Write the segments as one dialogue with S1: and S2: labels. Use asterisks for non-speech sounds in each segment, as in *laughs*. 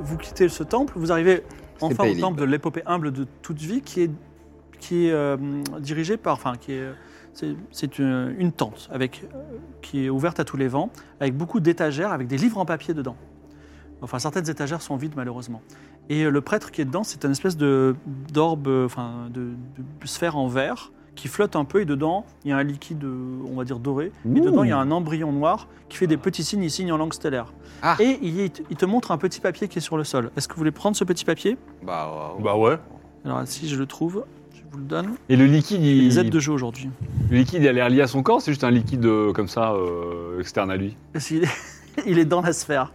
S1: Vous quittez ce temple, vous arrivez enfin au
S2: Bailey.
S1: temple de l'épopée humble de toute vie qui est, qui est euh, dirigée par. Enfin, qui est. C'est, c'est une, une tente avec, euh, qui est ouverte à tous les vents, avec beaucoup d'étagères, avec des livres en papier dedans. Enfin, certaines étagères sont vides malheureusement. Et euh, le prêtre qui est dedans, c'est une espèce de, d'orbe, euh, enfin, de, de sphère en verre qui flotte un peu et dedans, il y a un liquide, euh, on va dire doré, et
S2: Ouh.
S1: dedans, il y a un embryon noir qui fait des petits signes, il signe en langue stellaire.
S2: Ah.
S1: Et il, y- il te montre un petit papier qui est sur le sol. Est-ce que vous voulez prendre ce petit papier
S2: Bah,
S3: Bah ouais.
S1: Alors, si je le trouve, je vous le donne.
S3: Et le liquide, il,
S1: Les aides de jeu aujourd'hui. *laughs*
S3: le liquide, il a l'air lié à son corps, c'est juste un liquide euh, comme ça, euh, externe à lui.
S1: Parce qu'il est- Il est dans la sphère.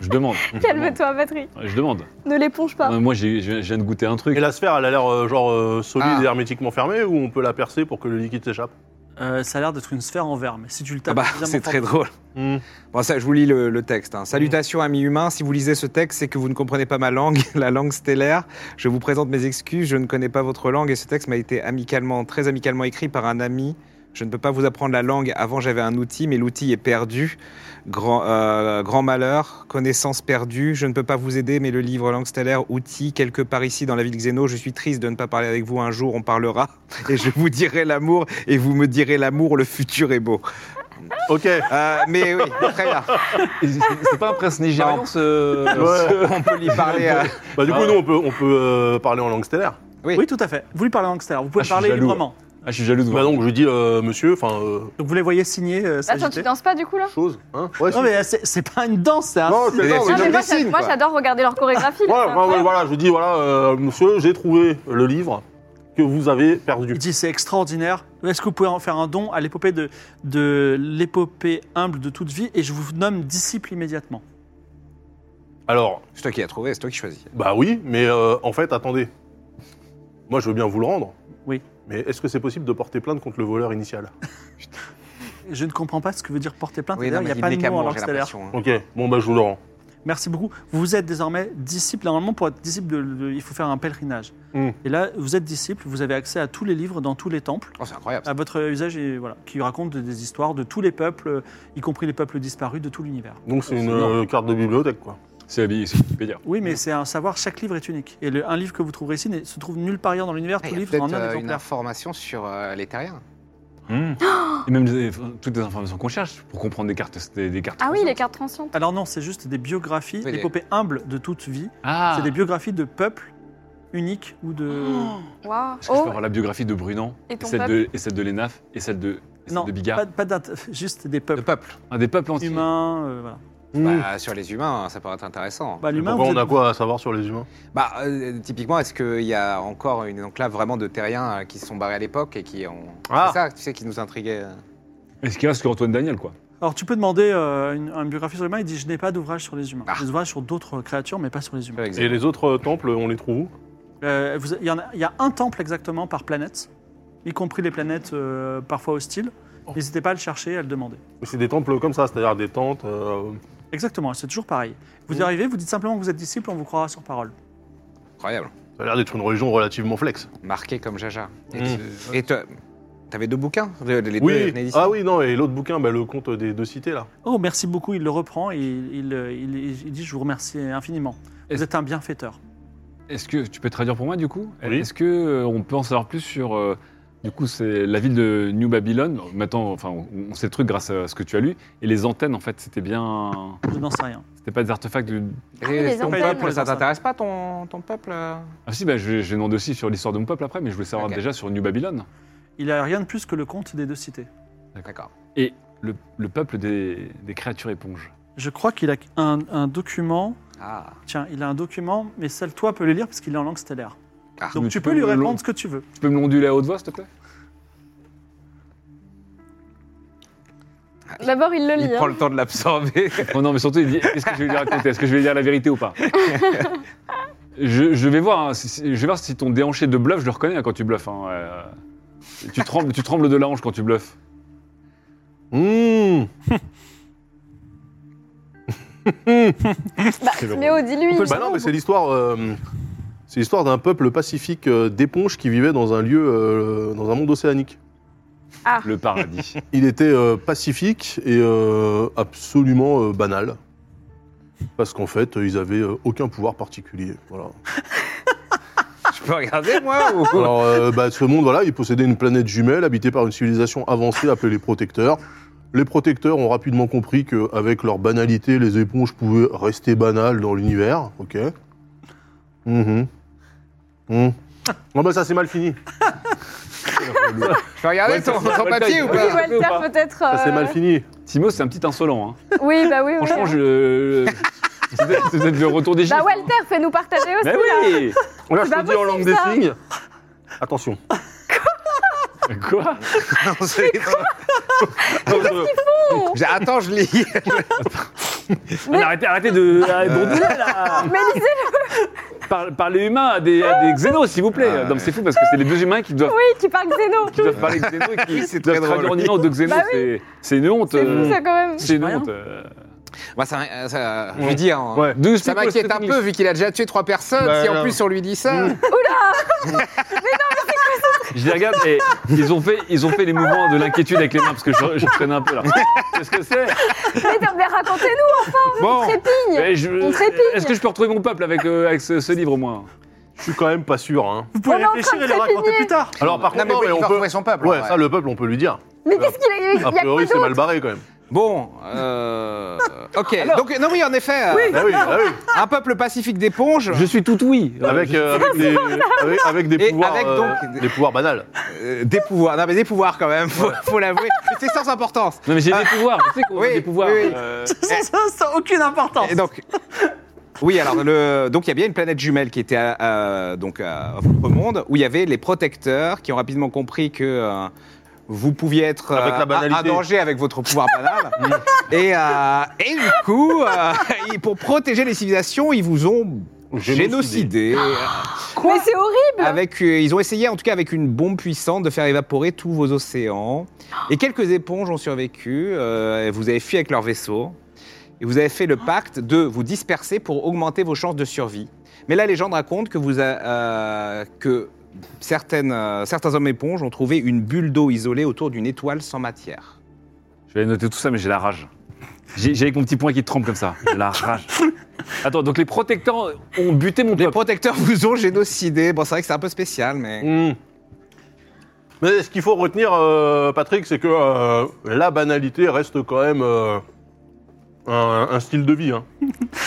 S3: Je demande. je
S4: *laughs* Calme-toi, Patrick.
S3: demande. *laughs* Je demande.
S4: Ne l'éponge pas.
S3: Non, moi, j'ai- je viens de goûter un truc.
S5: Et la sphère, elle a l'air euh, genre euh, solide
S2: Ah.
S5: et hermétiquement fermée ou on peut la percer pour que le liquide s'échappe
S1: Euh, ça a l'air d'être une sphère en verre, mais si tu le
S2: Ah
S1: tapes.
S2: bah,
S1: suffisamment
S2: c'est
S1: fort-
S2: très drôle.
S5: Hmm.
S2: Bon, ça, je vous lis le, le texte. hein. Salutations, amis humains. Si vous lisez ce texte, c'est que vous ne comprenez pas ma langue, *laughs* la langue stellaire. Je vous présente mes excuses. Je ne connais pas votre langue et ce texte m'a été amicalement, très amicalement écrit par un ami. Je ne peux pas vous apprendre la langue. Avant, j'avais un outil, mais l'outil est perdu. Grand, euh, grand malheur, connaissance perdue. Je ne peux pas vous aider, mais le livre Langue stellaire, outil, quelque part ici dans la ville Xéno. Je suis triste de ne pas parler avec vous. Un jour, on parlera *laughs* et je vous dirai l'amour et vous me direz l'amour. Le futur est beau.
S5: Ok.
S2: Euh, mais oui, très bien.
S3: Et C'est c'est pas un prince nigérian,
S2: Pardon
S3: ce.
S5: Ouais.
S2: on peut lui parler. euh,
S5: Bah du coup,
S3: Ah.
S5: nous, on peut, on peut euh, parler en langue stellaire.
S1: Oui, tout à fait. Vous lui parlez en angstère, vous pouvez
S3: Ah, je suis
S1: parler
S3: jaloux.
S1: librement.
S3: Ah, je suis jaloux de
S5: Bah
S3: voir.
S5: donc, je lui dis, euh, monsieur, enfin, euh,
S1: Donc vous les voyez signer, euh,
S4: Attends, tu
S1: s'agiter.
S4: danses pas du coup là
S5: chose, hein
S2: Oh,
S5: Ouais,
S1: Non,
S5: si.
S1: mais euh, c'est c'est pas une danse, c'est un.
S5: Non, c'est- non,
S2: C'est
S4: Non,
S5: mais
S4: Ah, mais
S2: des
S4: moi,
S2: signes,
S4: j'a- moi,
S2: Oh, quoi.
S4: j'adore regarder leur chorégraphie.
S5: Ouais,
S4: là,
S5: ouais,
S4: c'est
S5: ouais,
S4: incroyable.
S5: voilà, je lui dis, voilà, euh, monsieur, j'ai trouvé le livre que vous avez perdu.
S1: Il dit c'est extraordinaire. Est-ce que vous pouvez en faire un don à l'épopée de, de l'épopée humble de toute vie et je vous nomme disciple immédiatement.
S5: Alors,
S2: C'est toi qui l'as trouvé, c'est toi qui choisis.
S5: bah oui, mais euh, en fait, attendez. Moi, je veux bien vous le rendre.
S1: Oui.
S5: Mais est-ce que c'est possible de porter plainte contre le voleur initial
S1: Je ne comprends pas ce que veut dire porter plainte.
S2: Oui,
S1: D'ailleurs,
S2: non,
S1: il
S2: mais
S1: n'y a
S2: il
S1: pas
S2: n'est
S1: de
S2: qu'à
S1: mot en
S2: moi,
S1: langue
S2: j'ai
S1: stellaire.
S2: l'impression. hein.
S5: Ok, bon, bah, je vous le rends.
S1: Merci beaucoup. Vous êtes désormais disciple. Normalement, pour être disciple, de- de- il faut faire un pèlerinage.
S2: Hmm.
S5: Mm.
S1: Et là, vous êtes disciple, vous avez accès à tous les livres dans tous les temples,
S2: Oh, c'est incroyable. ça.
S1: à votre usage, et voilà, qui racontent des- des histoires de tous les peuples, y compris les peuples disparus de tout l'univers.
S5: Donc, c'est
S3: C'est
S5: une
S3: énorme.
S5: euh, carte de bibliothèque, quoi.
S3: C'est la- c'est Wikipédia.
S1: Oui,
S2: Hmm.
S1: mais c'est un savoir, chaque livre est unique. Et le, un livre que vous trouverez ici ne se trouve nulle part ailleurs dans l'univers, tout
S2: Ah, Il y a
S1: livre est en
S2: peut-être
S1: un
S2: euh, une
S1: exemplaire.
S2: information sur euh, les terriens.
S3: Hmm. Et même des- toutes les informations qu'on cherche pour comprendre des cartes. Des, des cartes
S4: Ah oui,
S3: comme ça.
S4: les cartes transientes.
S1: Alors non, c'est juste des biographies,
S2: Oui, les-
S1: l'épopée humble de toute vie.
S3: Ah
S1: C'est des biographies de peuples uniques ou de...
S2: Oh.
S4: Waouh.
S3: Est-ce que je peux
S4: Oh,
S3: avoir la biographie de Brunan
S4: Et ton
S3: celle de, et celle de Lénaf et celle de, et celle
S1: non,
S3: de Bigard
S1: pas, pas d'int- *laughs* juste des
S2: Le
S1: peuples
S2: peuple.
S3: Un des peuples entiers.
S1: humains. euh, voilà.
S5: Hmm.
S2: Bah, sur les humains, hein, ça pourrait être intéressant.
S1: Bah,
S5: Mais
S1: l'humain,
S5: Pourquoi
S1: vous
S5: on a
S1: êtes-
S5: quoi à savoir sur les humains
S2: Bah, euh, typiquement, est-ce qu'il y a encore une enclave vraiment de terriens euh, qui se sont barrés à l'époque et qui ont.
S5: Ah.
S2: C'est ça, tu sais, qui nous intriguait. euh.
S3: Est-ce qu'il reste que Antoine Daniel, quoi
S1: Alors tu peux demander euh, une, une biographie sur les humains, il dit je n'ai pas d'ouvrage sur les humains.
S2: Ah.
S1: J'ai Des ouvrages sur d'autres créatures, mais pas sur les humains.
S2: Avec-
S5: Et les autres euh, temples, on les trouve où
S1: Euh, vous- Il y, en a- il y a un temple exactement par planète, y compris les planètes euh, parfois hostiles. N'hésitez pas à le chercher et à le demander.
S5: C'est des temples comme ça, c'est-à-dire des tentes. euh,
S1: Exactement, c'est toujours pareil. Vous
S5: Mm.
S1: arrivez, vous dites simplement que vous êtes disciple, on vous croira sur parole.
S2: Incroyable.
S5: Ça a l'air d'être une religion relativement flex.
S2: Marqué comme Jaja. Et
S5: Mm.
S2: tu- Et toi- T'avais deux bouquins Les les deux
S5: Oui,
S2: venaient d'ici
S5: ah oui, non, et l'autre bouquin, bah, le conte des deux cités, là.
S1: Oh, merci beaucoup, il le reprend et il, il- il- il dit je vous remercie infiniment. Vous
S3: Est-ce-
S1: êtes un bienfaiteur.
S3: Est-ce que tu peux traduire pour moi, du coup
S5: Oui.
S3: Est-ce que euh, on peut en savoir plus sur. euh, du coup, c'est la ville de New Babylon. Maintenant, enfin, on, on sait le truc grâce à ce que tu as lu. Et les antennes, en fait, c'était bien.
S1: Je n'en sais rien.
S3: C'était pas des artefacts du.
S2: Et
S4: Ah oui, les
S2: ton
S4: antennes.
S2: peuple, ça
S1: Les
S2: t'intéresse pas, ton, ton peuple euh
S3: Ah si, bah, je, je vais demander aussi sur l'histoire de mon peuple après, mais je voulais savoir
S2: Ok.
S3: déjà sur New Babylon.
S1: Il a rien de plus que le conte des deux cités.
S2: D'accord.
S3: Et le, le peuple des, des créatures éponges.
S1: Je crois qu'il a un, un document
S2: Ah.
S1: Tiens, il a un document, mais seul toi peux le lire parce qu'il est en langue stellaire.
S2: Ah,
S1: Donc
S3: mais
S1: tu peux lui
S3: le-
S1: répondre ce que tu veux.
S3: Tu peux me l'onduler à haute voix, s'il te plaît
S4: D'abord, il le
S2: Il
S4: lit.
S2: prend
S4: hein.
S2: le temps de l'absorber. *laughs*
S3: Oh Non, non, mais surtout, il dit Qu'est-ce que je vais lui raconter Est-ce que je vais dire la vérité ou pas je, je vais voir, hein, si- si- je vais voir si ton déhanché de bluff, je le reconnais hein, quand tu bluffes. hein, euh, tu, trembles, tu trembles de la hanche quand tu bluffes.
S5: Mmh.
S4: Bah,
S3: C'est drôle.
S4: Méo, dis-lui.
S1: On peut le
S5: Bah non, mais c'est l'histoire. euh, c'est l'histoire d'un peuple pacifique euh, d'éponges qui vivait dans un lieu, euh, dans un monde océanique.
S4: Ah,
S3: Le paradis.
S5: Il était euh, pacifique et euh, absolument euh, banal. Parce qu'en fait, ils avaient euh, aucun pouvoir particulier. Voilà.
S2: Je peux regarder, moi ou-
S5: Alors, euh, bah, ce monde, voilà, il possédait une planète jumelle habitée par une civilisation avancée appelée les protecteurs. Les protecteurs ont rapidement compris qu'avec leur banalité, les éponges pouvaient rester banales dans l'univers. Ok. Mhm. Mhm. Non, bah ça, c'est mal fini.
S2: Je peux regarder
S3: Ouais,
S2: ton,
S3: ça, c'est
S2: ton
S3: la
S2: papier ou
S3: blague.
S4: oui, *laughs*
S2: pas
S3: Ouais.
S4: Walter, peut-être.
S5: Ça, c'est
S4: euh,
S5: mal fini.
S3: Timo, c'est un petit insolent. hein.
S4: Oui, bah oui, oui.
S3: Franchement, je. C'est peut-être- c'est peut-être le retour des
S4: Bah
S3: chiffres.
S4: Walter, fais-nous partager aussi.
S3: Mais
S4: là.
S3: oui
S5: Là, je
S4: C'est
S5: te
S4: pas
S5: dis en langue des
S4: ça.
S5: signes. Attention.
S3: Quoi
S2: Non, c'est- *laughs* J'ai- Attends, je lis. *laughs*
S4: Mais-
S3: Arrêtez, arrêtez de. arrêtez d'onduler, là
S4: Mais lisez,
S3: Par- Parlez humain à des, à des xénos, s'il vous plaît.
S2: Ah,
S3: non, mais c'est fou parce que c'est les deux humains qui doivent,
S4: oui, tu parles Xeno.
S3: qui doivent parler xéno et qui
S2: Oui, *laughs* c'est
S3: doivent
S2: très
S3: traduire
S2: drôle.
S3: en image de xéno.
S4: Bah
S3: c'est- C'est une honte.
S4: C'est fou
S3: euh,
S4: ça quand même.
S3: C'est une
S1: Je sais
S3: honte.
S1: rien.
S3: euh.
S2: Moi, ça, euh, ça- je lui dis, hein.
S5: Ouais.
S3: Deux
S2: ça
S3: secousses
S2: m'inquiète un
S3: techniques.
S2: peu vu qu'il a déjà tué trois personnes.
S5: Bah,
S2: si en
S5: alors.
S2: plus on lui dit ça,
S3: Je les regarde et ils ont fait, ils ont fait les mouvements de l'inquiétude avec les mains parce que je, je traîne un peu là. Qu'est-ce que c'est
S4: Mais non, mais racontez-nous,
S3: Bon.
S4: trépigne.
S3: mais je-
S4: On trépigne.
S3: Est-ce que je peux retrouver mon peuple avec, euh, avec ce, ce livre au moins
S5: Je suis quand même pas sûr. hein.
S1: Vous pouvez
S4: On est en train
S1: réfléchir
S4: de
S1: et le raconter
S4: trépigner.
S1: plus tard.
S5: Alors, par
S2: Non, mais
S5: contre, non,
S2: oui,
S5: mais
S2: il
S5: on
S2: va
S5: peut.
S2: retrouver son peuple. hein, en
S5: Ouais,
S2: vrai.
S5: ça, le peuple, on peut lui dire.
S4: Mais qu'est-ce qu'il a- il y a
S5: A
S4: quoi
S5: priori, c'est
S4: d'autre
S5: mal barré quand même.
S2: Bon, euh, ok. Donc non, oui, en effet, euh,
S5: Ah oui, ah
S2: *laughs*
S5: oui.
S2: un peuple pacifique d'éponges.
S3: Je suis tout oui.
S5: Avec, euh, avec des, avec, avec des
S2: Et
S5: pouvoirs,
S2: avec
S5: euh,
S2: donc-
S5: des pouvoirs banals.
S2: Euh, des pouvoirs. Non, mais des pouvoirs quand même. Faut, faut l'avouer. Mais C'est sans importance.
S3: Non mais j'ai des pouvoirs. Je sais qu'on
S2: Oui,
S3: a des pouvoirs.
S2: oui, oui.
S3: euh,
S1: ça, *laughs* ça, ça a aucune importance.
S2: Eh. Et donc, oui, alors le, donc il y a bien une planète jumelle qui était à, à- donc à votre monde où il y avait les protecteurs qui ont rapidement compris que. euh, vous pouviez être
S5: Avec la
S2: un- un
S5: banalité.
S2: danger avec votre
S5: *laughs*
S2: pouvoir banal. et, euh, et du coup, euh, *laughs* ils- pour protéger les civilisations, ils vous ont
S5: Génocidé.
S2: génocidé.
S5: *laughs*
S4: Mais c'est
S5: Hein.
S4: horrible.
S2: Avec, euh, ils ont essayé, en tout cas avec une bombe puissante, de faire évaporer tous vos océans. Et quelques éponges ont survécu. euh, et vous avez fui avec leur vaisseau. Et vous avez fait le pacte de vous disperser pour augmenter vos chances de survie. Mais la légende raconte que, vous a- euh, que certaines, euh, certains hommes éponges ont trouvé une bulle d'eau isolée autour d'une étoile sans matière.
S3: Je vais noter tout ça, mais j'ai la rage. J'ai j'ai avec mon petit poing qui tremble comme ça. J'ai la rage. Attends, donc les protecteurs ont buté mon
S2: Les
S3: peuple.
S2: protecteurs *laughs* vous ont génocidé. Bon, c'est vrai que c'est un peu spécial, mais.
S5: Hmm. Mais ce qu'il faut retenir, euh, Patrick, c'est que euh, la banalité reste quand même euh, un, un style de vie hein,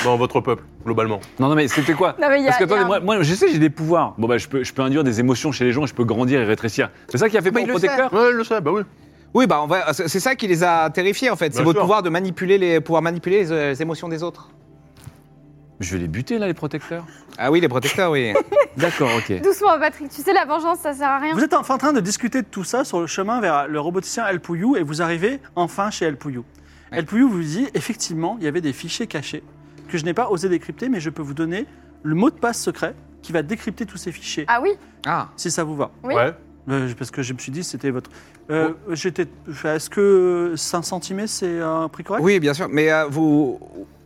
S5: dans votre peuple, globalement.
S3: Non, non, mais c'était quoi
S4: Non, mais il y a-
S3: Parce que
S4: il y a
S3: attendez,
S4: un-
S3: moi, moi, je sais, j'ai des pouvoirs. Bon, bah, je peux, je peux induire des émotions chez les gens et je peux grandir et rétrécir. C'est ça qui a fait
S2: Mais
S3: peur
S2: il
S3: aux
S2: le sait.
S3: protecteurs
S5: Ouais, je le sais, bah oui.
S2: Oui, bah, en vrai, c'est c'est ça qui les a terrifiés, en fait. C'est
S5: Bien
S2: votre
S5: sûr.
S2: pouvoir de manipuler les, pouvoir manipuler les, euh, les émotions des autres.
S3: Je vais les buter, là, les protecteurs.
S2: Ah oui, les
S1: *laughs*
S2: protecteurs, oui.
S3: D'accord, ok.
S4: Doucement, Patrick. Tu sais, la vengeance, ça sert à rien.
S1: Vous êtes enfin en train de discuter de tout ça sur le chemin vers le roboticien El Pouillou et vous arrivez enfin chez El Pouillou.
S2: Ouais.
S1: El Pouillou vous dit effectivement, il y avait des fichiers cachés que je n'ai pas osé décrypter, mais je peux vous donner le mot de passe secret qui va décrypter tous ces fichiers,
S4: Ah oui.
S2: Ah,
S1: si ça vous va.
S4: Oui.
S5: Ouais.
S1: Euh, parce que je me suis dit c'était votre. Euh, J'étais. Est-ce que 5 centimes c'est un prix correct
S2: oui, bien sûr. Mais euh, vous,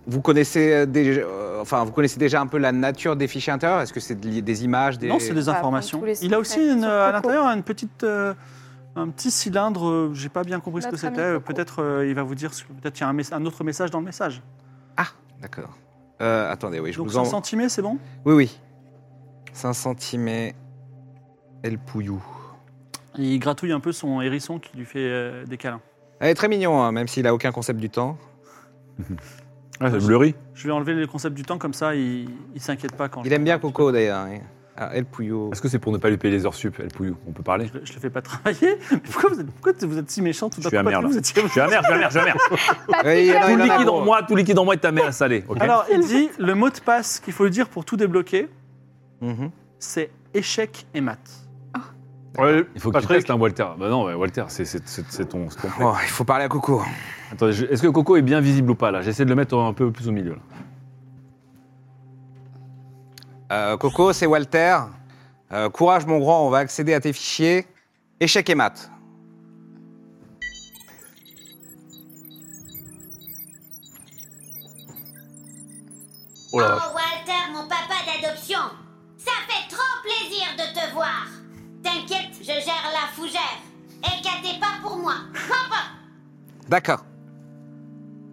S2: vous, connaissez déjà, euh, enfin, vous connaissez déjà un peu la nature des fichiers intérieurs Est-ce que c'est de- des images des...
S1: Non, c'est des
S4: Ça va
S1: informations.
S4: prendre Bah, tous les
S1: Il a aussi
S4: secrets
S1: une, euh,
S4: sur
S1: à
S4: Coco.
S1: l'intérieur une petite, euh, un petit cylindre. euh, J'ai pas bien compris ce que
S4: Notre ami
S1: c'était. euh,
S4: Coco.
S1: Peut-être euh, il va vous dire. ce- Peut-être qu'il y a un, mess- un autre message dans le message.
S2: Ah, D'accord. Euh, attendez, oui, je
S1: Donc
S2: vous en...
S1: 5 centimes, c'est bon
S2: Oui, oui. 5 centimes El Pouillou.
S1: Il gratouille un peu son hérisson qui lui fait euh, des câlins.
S2: Elle est très mignon, hein, même s'il a aucun concept du temps.
S3: Ah, ça bleurit.
S1: Je vais enlever le concept du temps comme ça. Il, il s'inquiète pas quand.
S2: Il aime bien Coco, d'ailleurs. oui. Ah, El Puyo.
S3: Est-ce que c'est pour ne pas lui payer les heures sup, El Pouillou On peut parler
S1: Je, le- je le fais pas travailler. *laughs* Mais pourquoi vous êtes, pourquoi vous êtes si méchant tout
S3: Je
S1: à
S3: suis
S1: coup
S3: amer, là.
S1: Bah, vous étiez-
S3: Je suis amer, je suis amer, je suis amer.
S2: Ouais, il y en a- il en
S3: Tout le
S2: a
S3: liquide
S2: marre.
S3: en moi, tout le liquide en moi est ta mère salée. ok
S1: Alors, il dit le mot de passe qu'il faut lui dire pour tout débloquer,
S2: Mhm.
S1: c'est échec et maths.
S5: Ouais,
S3: Il faut que tu
S5: Patrick,
S3: testes un Walter. Bah non, ouais, Walter, c'est c'est- c'est- c'est ton. c'est ton fait.
S2: Oh, il faut parler à Coco.
S3: Attendez, je- est-ce que Coco est bien visible ou pas là J'essaie de le mettre un peu plus au milieu. là.
S2: Euh, Coco, c'est Walter. Euh, courage, mon grand, on va accéder à tes fichiers. Échec et maths.
S5: oh là là.
S6: Oh Walter, mon papa d'adoption, ça fait trop plaisir de te voir. T'inquiète, je gère la fougère. Et qu'à pas pour moi.
S2: D'accord.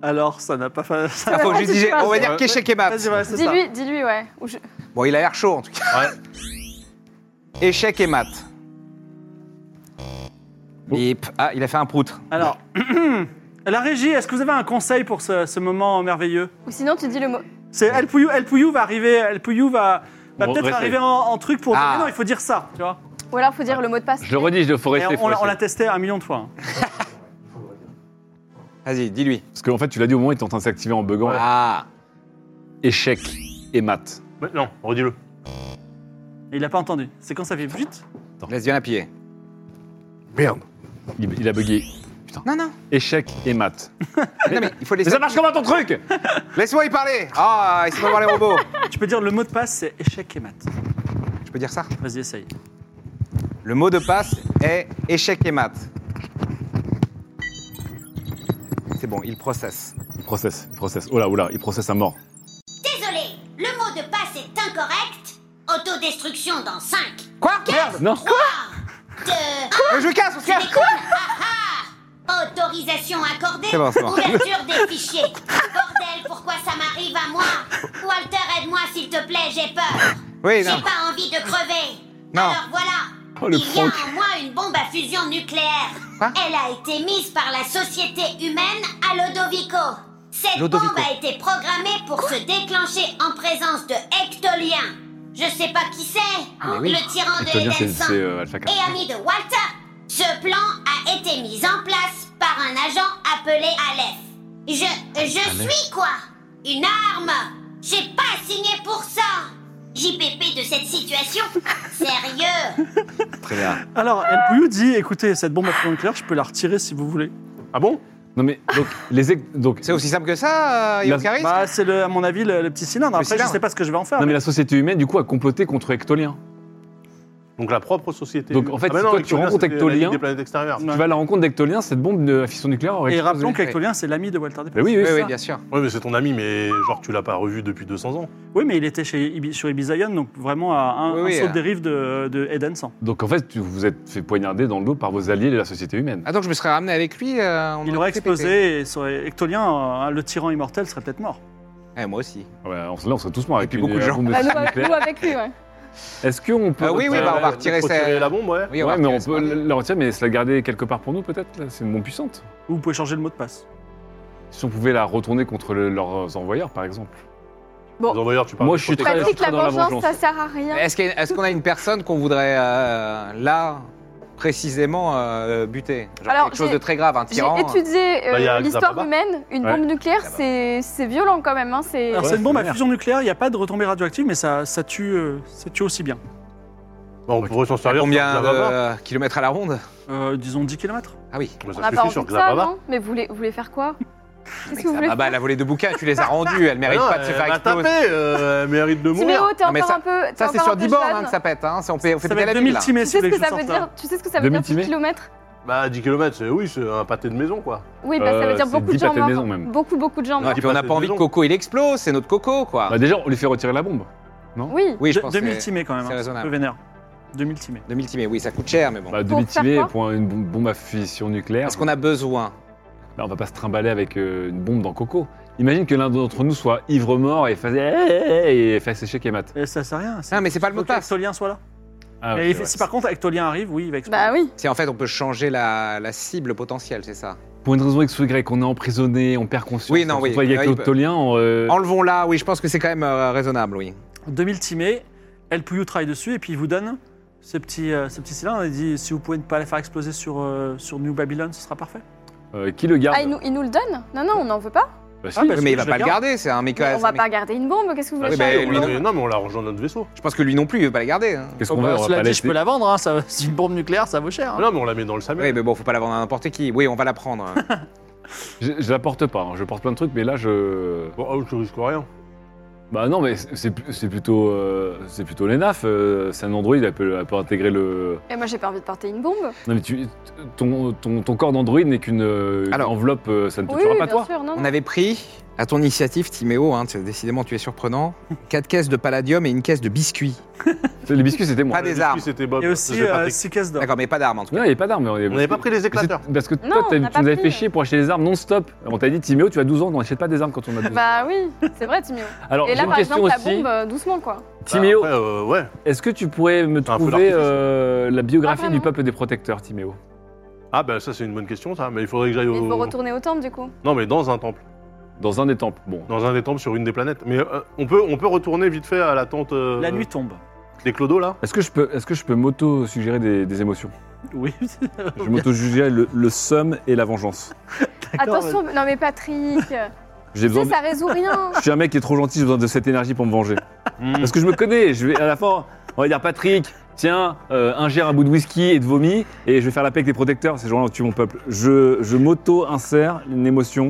S1: Alors, ça n'a pas fait. *laughs*
S2: Ah,
S1: ça-
S2: faut
S4: va,
S2: juste
S4: tu
S2: dire-
S4: passes.
S2: on va dire
S1: Ouais.
S2: qu'échec et maths.
S1: Vas-y, ouais, c'est ça.
S4: Dis-lui, dis-lui, ouais. Ou je-
S2: Bon, il a l'air chaud en tout cas. Échec et maths. Bip. Ah, il a fait un prout.
S1: Alors, *clears throat* la régie, est-ce que vous avez un conseil pour ce, ce moment merveilleux
S4: Ou sinon, tu dis le mot.
S1: C'est El Pouillou, El Pouillou va arriver, El Pouillou va, va
S3: Bon,
S1: peut-être
S3: restez.
S1: arriver en, en truc pour dire
S2: Ah.
S1: mais non, il faut dire ça, tu vois.
S4: Ou alors, faut dire le mot de passe.
S3: Je le redis, je le faut
S1: Et
S3: rester.
S1: on
S3: faut
S1: l'a- on
S3: rester.
S1: l'a testé un million de fois. hein.
S2: Vas-y, dis-lui.
S3: Parce qu'en fait, tu l'as dit au moment où il est en train de s'activer en buguant.
S2: Ah.
S3: Échec et maths.
S5: Ouais, Non, redis-le.
S1: Et il n'a pas entendu. C'est quand ça fait vite
S2: Laisse bien appuyer.
S5: Merde.
S3: Il, il a bugué.
S2: Non, non.
S3: Échec et maths.
S2: Non, mais il faut
S3: Mais
S2: laisser.
S3: ça marche comment ton truc
S2: Laisse-moi y parler. Ah, il sait pas voir les robots.
S1: Tu peux dire le mot de passe, c'est échec et maths.
S2: Je peux dire ça
S1: Vas-y, essaye.
S2: Le mot de passe est échec et maths. C'est bon, il processe.
S3: Il processe, il processe. Oh là, oh là, il processe à mort.
S6: Désolé, le mot de passe est incorrect. Autodestruction dans 5,
S2: Quoi
S3: Non
S6: 2,
S2: Mais Je casse, on se casse
S6: autorisation accordée,
S2: C'est bon, c'est bon.
S6: ouverture des fichiers. Bordel, pourquoi ça m'arrive à moi Walter, aide-moi s'il te plaît, j'ai peur.
S2: Oui,
S6: J'ai
S2: non.
S6: pas envie de crever.
S2: Non.
S6: Alors voilà.
S3: Oh, le
S6: Il y a
S3: Franck.
S6: en moi une bombe à fusion nucléaire.
S2: Quoi
S6: Elle a été mise par la société humaine à Lodovico. Cette
S2: Lodovico.
S6: bombe a été programmée pour se déclencher en présence de Hectolien. Je sais pas qui c'est.
S2: Ah, mais oui.
S6: Le tyran de
S3: Hectolien, c'est-
S6: Edenson
S3: c'est, euh, Alpha Centauri.
S6: et ami de Walter. Ce plan a été mis en place par un agent appelé Aleph. Je, je suis quoi Une arme J'ai pas signé pour ça JPP de cette situation Sérieux
S2: Très bien.
S1: Alors, El Pouillou dit écoutez, cette bombe à fusion nucléaire, je peux la retirer si vous voulez.
S5: Ah bon
S3: Non mais, donc, les... éc- Donc,
S2: C'est aussi simple que ça, euh,
S3: La-
S2: Yokaris
S1: Bah, c'est le- à mon avis le, le petit cylindre. Après, je
S2: cylindre.
S1: sais pas ce que je vais en faire.
S3: non mais
S1: mais-
S3: la société humaine, du coup, a comploté contre Hectolien.
S5: Donc la propre société. Ah,
S3: Donc, en fait,
S5: mais
S3: si
S5: non,
S3: toi, tu
S5: Ectolien,
S3: rencontres
S5: c'était la Ligue
S3: Ectolien-
S5: des planètes extérieures.
S3: Tu vas à la rencontre d'Hectolien, cette bombe de à fission nucléaire aurait
S1: Et
S3: explosé.
S1: rappelons qu'Actolien, c'est l'ami de Walter Depp.
S3: Bah oui, oui,
S2: Oui,
S3: c'est
S2: oui,
S3: ça.
S2: bien sûr.
S5: Oui, mais c'est ton ami, mais genre tu l'as pas revu depuis 200 ans.
S1: Oui, mais il était chez Ibi- sur Ibizaïon, donc vraiment à un,
S2: Oui,
S1: un
S2: oui,
S1: saut
S2: euh.
S1: de dérive de, de Eden 100.
S3: Donc en fait, tu- vous êtes fait poignarder dans le dos par vos alliés de la société humaine.
S2: Ah, donc je me serais ramené avec lui. euh, on
S1: Il
S2: aurait
S1: aurait
S2: fait péter.
S1: explosé et ça aurait- Ectolien, euh, le tyran immortel, serait peut-être mort.
S2: Eh, moi aussi.
S3: Ouais, on, se- là, on serait tous morts avec
S2: puis
S3: une- euh,
S2: beaucoup de gens.
S3: bombe de
S4: Bah, nous,
S3: fission
S4: avec- nous
S3: nucléaire.
S4: avec lui, ouais.
S3: Est-ce qu'on peut...
S2: Ah oui, oui, bah, on va
S5: Ouais,
S2: retirer
S5: faut
S2: ça.
S5: tirer la bombe, ouais.
S2: Oui, on va
S3: ouais, mais on
S2: retirer
S3: peut
S2: ça.
S3: la retirer, mais se la garder quelque part pour nous, peut-être là C'est une bombe puissante.
S1: Ou vous pouvez changer le mot de passe.
S3: Si on pouvait la retourner contre le- leurs envoyeurs, par exemple.
S5: Les envoyeurs, tu parles
S3: Moi,
S5: des
S3: je suis
S5: protecteurs.
S3: très-
S4: Patrick, la
S3: dans la
S4: vengeance,
S3: vengeance.
S4: ça sert à rien.
S2: Est-ce qu'il y a- est-ce qu'on a une personne qu'on voudrait, euh, là, précisément euh, buter Genre
S4: Alors,
S2: quelque chose
S4: j'ai-
S2: de très grave, un
S4: J'ai
S2: tyran. euh,
S4: étudié euh,
S5: Bah, y a
S4: l'histoire
S5: Xababa.
S4: humaine. Une
S3: Ouais.
S4: bombe nucléaire, c'est c'est violent quand même. Hein. C'est
S1: Alors,
S3: Ouais,
S1: c'est une bombe à
S3: merde.
S1: fusion nucléaire, il n'y a pas de retombées radioactives, mais ça, ça, tue, euh, ça tue aussi bien.
S5: Bah, on pourrait s'en servir.
S2: Combien
S5: sur
S2: de
S5: Xababa.
S2: euh, kilomètres à la ronde
S1: Euh, disons 10 km.
S2: Ah oui.
S5: Bah,
S4: On
S5: Ça
S4: n'a pas
S5: suffit
S4: envie
S5: sur
S4: de ça,
S5: Xababa.
S4: non Mais vous voulez, vous voulez faire quoi Qu'est-ce que vous voulez
S2: Ah bah,
S4: faire
S2: la volée de bouquins, tu les as rendus. Elle mérite
S5: Ah non,
S2: pas de se
S5: elle
S2: faire
S5: m'a
S2: exploser.
S5: tapé, euh, elle mérite de mourir.
S4: Timéo, t'es
S2: Non, mais
S4: encore un peu. t'es
S2: Ça, c'est
S4: encore
S2: sur
S4: un peu
S2: 10 bornes hein,
S4: jeune.
S2: que ça pète. Hein. C'est- On fait, on fait
S1: Ça va
S2: péter la
S1: être
S2: ville,
S1: 2000
S2: là.
S1: timés si vous
S4: Tu sais ce
S1: voulez
S4: que
S1: que je
S4: ça
S1: vous
S4: veut
S1: sorte hein.
S4: dire
S1: là.
S4: Tu sais ce que ça veut
S3: Demi
S4: dire sur
S3: timé
S4: 10 km
S5: Bah, 10 km, c'est oui, c'est un pâté de maison, quoi.
S4: Oui, bah, ça
S3: Euh,
S4: veut dire
S3: c'est
S4: beaucoup de
S3: 10
S4: gens
S3: pâtés
S4: morts.
S3: maison, même.
S4: Beaucoup, beaucoup de gens
S2: Non,
S4: morts.
S2: et puis on n'a
S5: Bah,
S2: pas envie que
S5: disons.
S2: Coco il explose, c'est notre Coco quoi.
S3: Bah, déjà, on lui fait retirer la bombe.
S4: Oui.
S2: oui, je
S1: De-
S2: pense.
S1: 2000
S2: que
S1: timés quand même,
S2: c'est
S1: hein, c'est un
S2: raisonnable.
S1: peu vénère. 2000 timés.
S2: 2000 timés, oui, ça coûte cher, mais bon.
S3: Bah,
S4: Pour faire
S3: demi-timée
S4: quoi
S3: pour une bombe bombe à fission nucléaire.
S2: Parce qu'on a besoin.
S3: Là, Bah, on va pas se trimballer avec euh, une bombe dans Coco. Imagine que l'un d'entre nous soit ivre mort et fasse, eh, et fasse échec et mat.
S1: Et ça sert à rien.
S2: Non, mais c'est pas le mot de passe.
S1: Ectolien soit là.
S3: Ah,
S1: Et
S3: ok,
S1: il fait-
S3: ouais.
S1: si par contre Ectolien arrive, oui, il va exploser.
S4: Bah oui.
S2: C'est en fait, on peut changer la, la cible potentielle, c'est ça.
S3: Pour une raison X ou Y, qu'on est emprisonné, on perd conscience.
S2: Oui, non, oui.
S3: Toi, il y a
S2: Ouais,
S3: que
S2: il peut-
S3: Octolien, on, euh,
S2: Enlevons-la, oui, je pense que c'est quand même euh, raisonnable, oui.
S1: 2000 timés. El Puyo travaille dessus et puis il vous donne ces petits, euh, ces petits cylindres. Il dit si vous pouvez ne pas les faire exploser sur, euh, sur New Babylon, ce sera parfait.
S3: Euh, qui le garde
S4: Ah, il nous, il nous le donne Non, non, on n'en veut pas.
S3: Bah, si.
S1: Ah, bah,
S3: Bah,
S1: Parce
S2: mais il
S1: que
S2: va
S1: je
S2: pas
S1: le
S2: le garder, c'est un méca.
S4: on va
S2: c'est un
S4: pas garder une bombe, qu'est-ce que vous
S3: Ah,
S4: voulez
S3: mais
S4: faire
S3: lui,
S5: on l'a-
S3: non.
S5: non, mais on l'a rejoint dans notre vaisseau.
S2: mé- Je pense que lui non plus, il veut pas le garder. hein.
S3: Qu'est-ce qu'on va, on va
S1: cela
S3: pas
S1: dit, je
S3: laisser
S1: peux bah, la vendre. Hein, ça, *laughs* si une bombe nucléaire, ça vaut cher. hein.
S5: Ah Non, mais on la met dans le sable.
S2: Oui, mais bon, faut pas la vendre à n'importe qui. Oui, on va la
S4: *laughs*
S2: prendre.
S3: Je, je la porte pas, hein. je porte plein de trucs, mais là je.
S5: Bon, ah, je risque rien.
S3: Bah non, mais c'est- c'est pu- c'est plutôt, euh, c'est plutôt l'ENAF. euh, c'est un android, elle peut, elle peut intégrer le.
S4: Et moi, j'ai pas envie de porter une bombe.
S3: Non, mais tu, ton, ton, ton corps d'android n'est qu'une euh, une
S2: Alors.
S3: enveloppe, euh, ça ne te
S4: Oui,
S3: tuera
S4: oui,
S3: pas
S4: bien
S3: toi.
S4: sûr, non,
S2: On
S4: non.
S2: avait pris, à ton initiative, Timéo, hein, tu- décidément tu es surprenant, quatre caisses de palladium et une caisse de biscuits.
S3: Les biscuits, c'était moi.
S2: Pas des armes.
S5: Puis c'était Bob.
S1: Et aussi euh,
S5: C'était Patrick.
S1: 6 caisses d'or.
S2: D'accord, mais pas d'armes en tout
S3: Non, il
S2: cas.
S3: n'y avait pas d'armes. mais
S5: On n'avait pas pris les éclateurs.
S3: Parce que
S4: Non,
S3: toi,
S4: on
S3: t'as-
S4: n'a
S3: tu
S4: pas
S3: nous avais
S4: pris. euh.
S3: fait chier pour acheter les armes non-stop. On t'a dit, Timéo, tu as 12 ans, on n'achète pas des armes quand on a 12 ans.
S4: Bah oui, c'est vrai, Timéo.
S3: Alors,
S4: Et
S3: j'ai
S4: là,
S3: une
S4: par
S3: question
S4: exemple, la
S3: aussi.
S4: bombe, euh, doucement, quoi.
S3: Timéo,
S5: Bah, après, Ah, euh, ouais.
S3: est-ce que tu pourrais me
S5: peu
S3: trouver
S5: d'artifice.
S3: euh, la biographie
S4: Ah,
S3: du
S4: vraiment
S3: peuple des protecteurs, Timéo
S5: Ah, bah ça, c'est une bonne question, ça. Mais il faudrait que j'aille
S4: Mais il faut
S5: au.
S4: retourner au temple, du coup.
S5: Non, mais dans un temple.
S3: Dans un des temples. Bon.
S5: Dans un des temples sur une des planètes. Mais euh, on, peut, on peut retourner vite fait à la tente euh,
S1: La nuit tombe.
S5: des clodos,
S2: *laughs*
S5: là
S3: Est-ce que je peux, est-ce que je peux m'auto-suggérer des, des émotions
S1: *laughs* Oui.
S3: Je m'auto-suggérer le, le somme et la vengeance.
S1: D'accord,
S4: Attention, non mais Patrick, tu
S3: J'ai besoin.
S4: sais,
S3: de-
S4: ça résout rien.
S3: Je suis un mec qui est trop gentil, j'ai besoin de cette énergie pour me venger.
S2: Hmm.
S3: Parce que je me connais, je vais à la fin, on va dire Patrick, tiens, euh, ingère un bout de whisky et de vomi, et je vais faire la paix avec les protecteurs, ces gens-là ont tué mon peuple. Je, je m'auto-insère une émotion.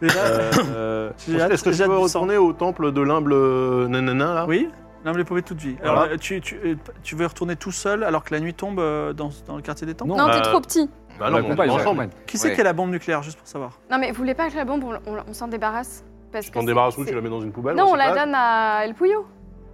S1: Déjà,
S3: euh,
S5: *laughs*
S3: euh,
S1: j'ai hâte-
S5: Est-ce que
S1: j'ai
S5: je
S1: hâte
S5: peux
S1: du sang.
S5: retourner au temple de l'humble euh, nanana, là
S1: Oui, l'homme les pauvres de toute vie. Alors,
S5: Voilà.
S1: euh, tu, tu, euh, tu veux retourner tout seul alors que la nuit tombe euh, dans, dans le quartier des temples
S3: *laughs* Non,
S4: Non,
S5: bah,
S4: t'es trop petit.
S5: Bah non,
S3: on
S5: mais on
S3: l'accompagne,
S5: est
S3: on
S5: ensemble.
S3: l'accompagne.
S1: Qui c'est
S2: Ouais.
S1: qui a la bombe nucléaire, juste pour savoir
S4: Non mais vous voulez pas que la bombe, on, on- on s'en débarrasse parce
S5: Tu
S4: que
S5: t'en
S4: c'est-
S5: débarrasses où
S4: c'est-
S5: Tu la mets dans une poubelle
S4: Non, on
S5: sait
S4: la
S5: pas.
S4: donne à El Pouillot.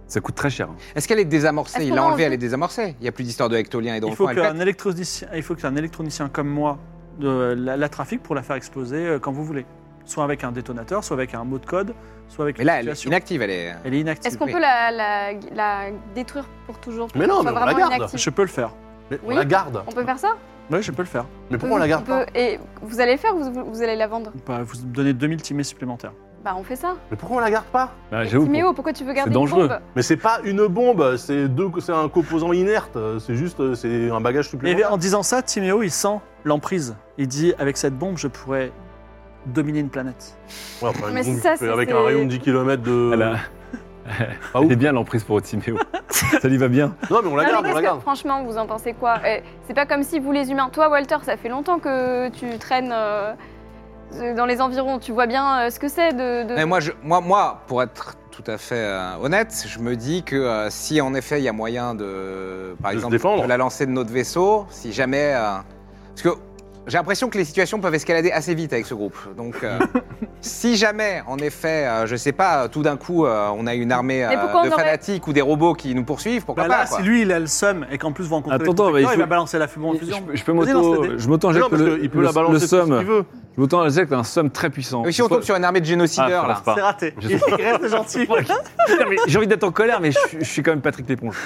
S3: Ça coûte très cher. hein.
S2: Est-ce qu'elle est désamorcée
S4: Est-ce
S2: Il
S4: qu'on
S2: l'a
S4: a
S2: enlevée,
S4: enlevé
S2: elle est désamorcée. Il n'y a plus d'histoire de Hectolien et
S1: il faut,
S2: d'enfant. elle
S1: qu'un
S2: pète.
S1: électronicien, il faut qu'un électronicien comme moi de, la, la trafique pour la faire exploser euh, quand vous voulez. Soit avec un détonateur, soit avec un mot de code, soit avec
S2: Mais
S1: une
S2: là, elle est
S1: situation.
S2: inactive, elle est.
S1: Elle est inactive.
S4: Est-ce qu'on
S2: Oui.
S4: peut la, la- la détruire pour toujours pour
S5: Mais non,
S4: qu'elle
S5: mais
S4: soit
S5: on la
S4: vraiment
S5: garde.
S4: inactive
S1: Je peux le faire.
S5: Mais On
S4: Oui.
S5: la garde.
S4: On peut faire ça
S1: Oui, je peux le faire.
S5: Mais pourquoi on la garde pas
S4: peut- Et vous allez le faire ou vous, vous allez la vendre
S1: Bah, vous me donnez 2000 timés supplémentaires.
S4: Bah on fait ça.
S5: Mais pourquoi on la garde pas
S3: Bah, j'avoue.
S4: Timéo, pourquoi tu veux garder
S3: C'est
S4: une
S3: dangereux.
S4: bombe
S5: Mais c'est pas une bombe, c'est deux, c'est un composant inerte. C'est juste, euh, c'est un bagage
S1: Et
S5: supplémentaire.
S1: en disant ça, Timéo, il sent l'emprise. Il dit avec cette bombe, je pourrais dominer une planète.
S5: Ouais, enfin, une
S4: Mais
S5: bombe,
S4: ça,
S5: tu fais
S4: c'est-
S5: avec un
S4: c'est-
S5: rayon de 10 km de.
S3: Elle, a-
S5: Ah,
S3: elle
S5: ouf.
S3: est bien l'emprise pour Timéo. *laughs* ça lui va bien.
S5: Non, mais on
S4: Non,
S5: la
S4: mais
S5: garde, on
S4: qu'est-ce
S5: la
S4: que-
S5: garde.
S4: Franchement, vous en pensez quoi Eh, C'est pas comme si vous les humains, toi Walter, ça fait longtemps que tu traînes euh, dans les environs. Tu vois bien euh, ce que c'est de. de-
S2: Mais Eh, moi, je, moi, moi, pour être tout à fait euh, honnête, je me dis que euh, si en effet il y a moyen de, par
S5: De se
S2: exemple,
S5: défendre.
S2: de la lancer de notre vaisseau, si jamais, euh, parce que j'ai l'impression que les situations peuvent escalader assez vite avec ce groupe. Donc,
S4: *laughs*
S2: euh, si jamais, en effet, euh, je sais pas, tout d'un coup, euh, on a une armée
S4: Mais
S2: euh,
S4: pourquoi
S2: de
S4: on aurait-
S2: fanatiques ou des robots qui nous poursuivent, pourquoi
S1: Bah là,
S2: pas quoi.
S1: si lui, il a le seum et qu'en plus vous rencontrez
S3: Attends,
S1: les
S3: attends, mais il
S1: protecteurs, il,
S3: faut-
S1: va balancer la fumée en
S3: Je,
S1: fusion.
S3: je peux
S1: Vas-y, lance le
S3: m'auto,
S1: dé.
S3: je m'auto
S5: Non,
S3: injecte
S5: parce
S3: le,
S5: qu'il peut
S3: le-
S5: la balancer
S3: le
S5: tout ce
S3: somme.
S5: qu'il veut.
S3: Je m'auto injecte un somme très puissant.
S2: Mais si on tombe sur une armée de
S3: Ah,
S2: génocideurs
S3: ça
S2: là.
S3: marche pas.
S1: C'est raté.
S3: Je
S1: Il reste gentil.
S3: Putain, mais *laughs* J'ai envie d'être en colère, mais je, suis- je suis quand même Patrick Léponge.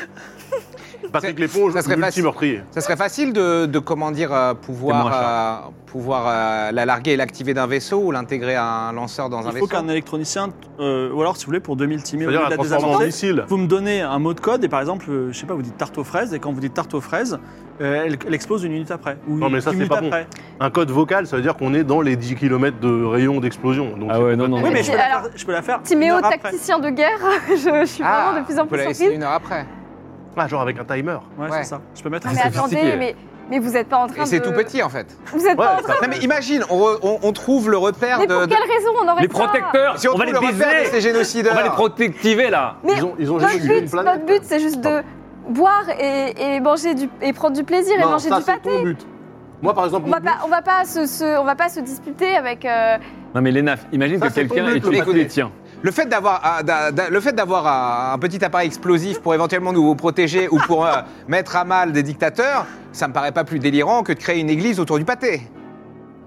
S5: Patrick Léponge,
S2: ça serait facile.
S5: multi-meurtrier.
S2: Ça serait facile de, de, comment dire, euh,
S3: C'est moins
S2: pouvoir, euh, pouvoir euh, la larguer et l'activer d'un vaisseau ou l'intégrer à un lanceur dans un
S1: Il faut
S2: vaisseau.
S1: qu'un électronicien, euh, ou alors si vous voulez, pour 2000 timés, au lieu de
S5: C'est-à-dire la
S1: la
S5: transformer en
S1: désamorcer,
S5: missile.
S1: vous me donnez un mot de code et par exemple, euh, je sais pas, vous dites tarte aux fraises et quand vous dites tarte aux fraises, euh, elle, elle explose une minute après. Ou
S5: Non, mais ça,
S1: dix
S5: c'est
S1: minutes
S5: pas bon.
S1: après.
S5: Un code vocal, ça veut dire qu'on est dans les 10 km de rayon d'explosion. Donc
S3: Ah ouais, non, non.
S1: Oui,
S3: non.
S1: mais je peux, la
S4: Alors,
S1: faire, je peux la faire. une
S4: Timéo,
S1: heure après.
S4: tacticien de guerre, *laughs* je, je suis
S2: Ah,
S4: vraiment de plus en
S2: on peut
S4: plus
S2: la laisser
S4: surprise.
S2: une heure après.
S5: Ah, genre avec un timer.
S1: Ouais,
S2: Ouais.
S1: c'est ça. Je peux mettre
S4: Non,
S1: un
S4: mais
S3: c'est
S1: timer.
S4: attendez,
S3: particulier.
S4: mais, mais vous êtes pas en train
S2: Et c'est
S4: de.
S2: tout petit en fait.
S4: Vous êtes pas en train.
S2: Non
S5: ça-
S2: mais imagine, on, re- on- on trouve le repère
S4: Mais
S2: de.
S4: pour
S2: de-
S4: quelle raison on aurait
S3: Les
S4: ça
S3: protecteurs,
S2: Si on,
S3: on va les
S2: trouve le repère de
S3: baiser
S2: ces
S3: On
S2: génocideurs.
S3: va les protectiver là
S4: Mais
S5: Ils ont, ils ont
S4: Notre
S5: jamais tué
S4: but,
S5: une planète.
S4: notre but, c'est juste de boire et, et manger du et prendre du plaisir et
S5: Non,
S4: manger
S5: ça,
S4: du
S5: c'est
S4: pâté.
S5: ton but. Moi, par exemple,
S4: On
S5: mon
S4: va
S5: but,
S4: pas, on va pas se, se- on va pas se disputer avec. euh,
S3: Non mais les nafs, imagine
S5: Ça,
S3: que
S5: c'est ton
S3: quelqu'un
S5: but,
S3: est
S5: le
S3: que
S5: pâté.
S3: des tiens.
S2: Le fait d'avoir ah, d'a- d'a- le fait d'avoir ah, un petit appareil explosif pour éventuellement nous protéger ou pour euh, mettre à mal des dictateurs, ça me paraît pas plus délirant que de créer une église autour du pâté.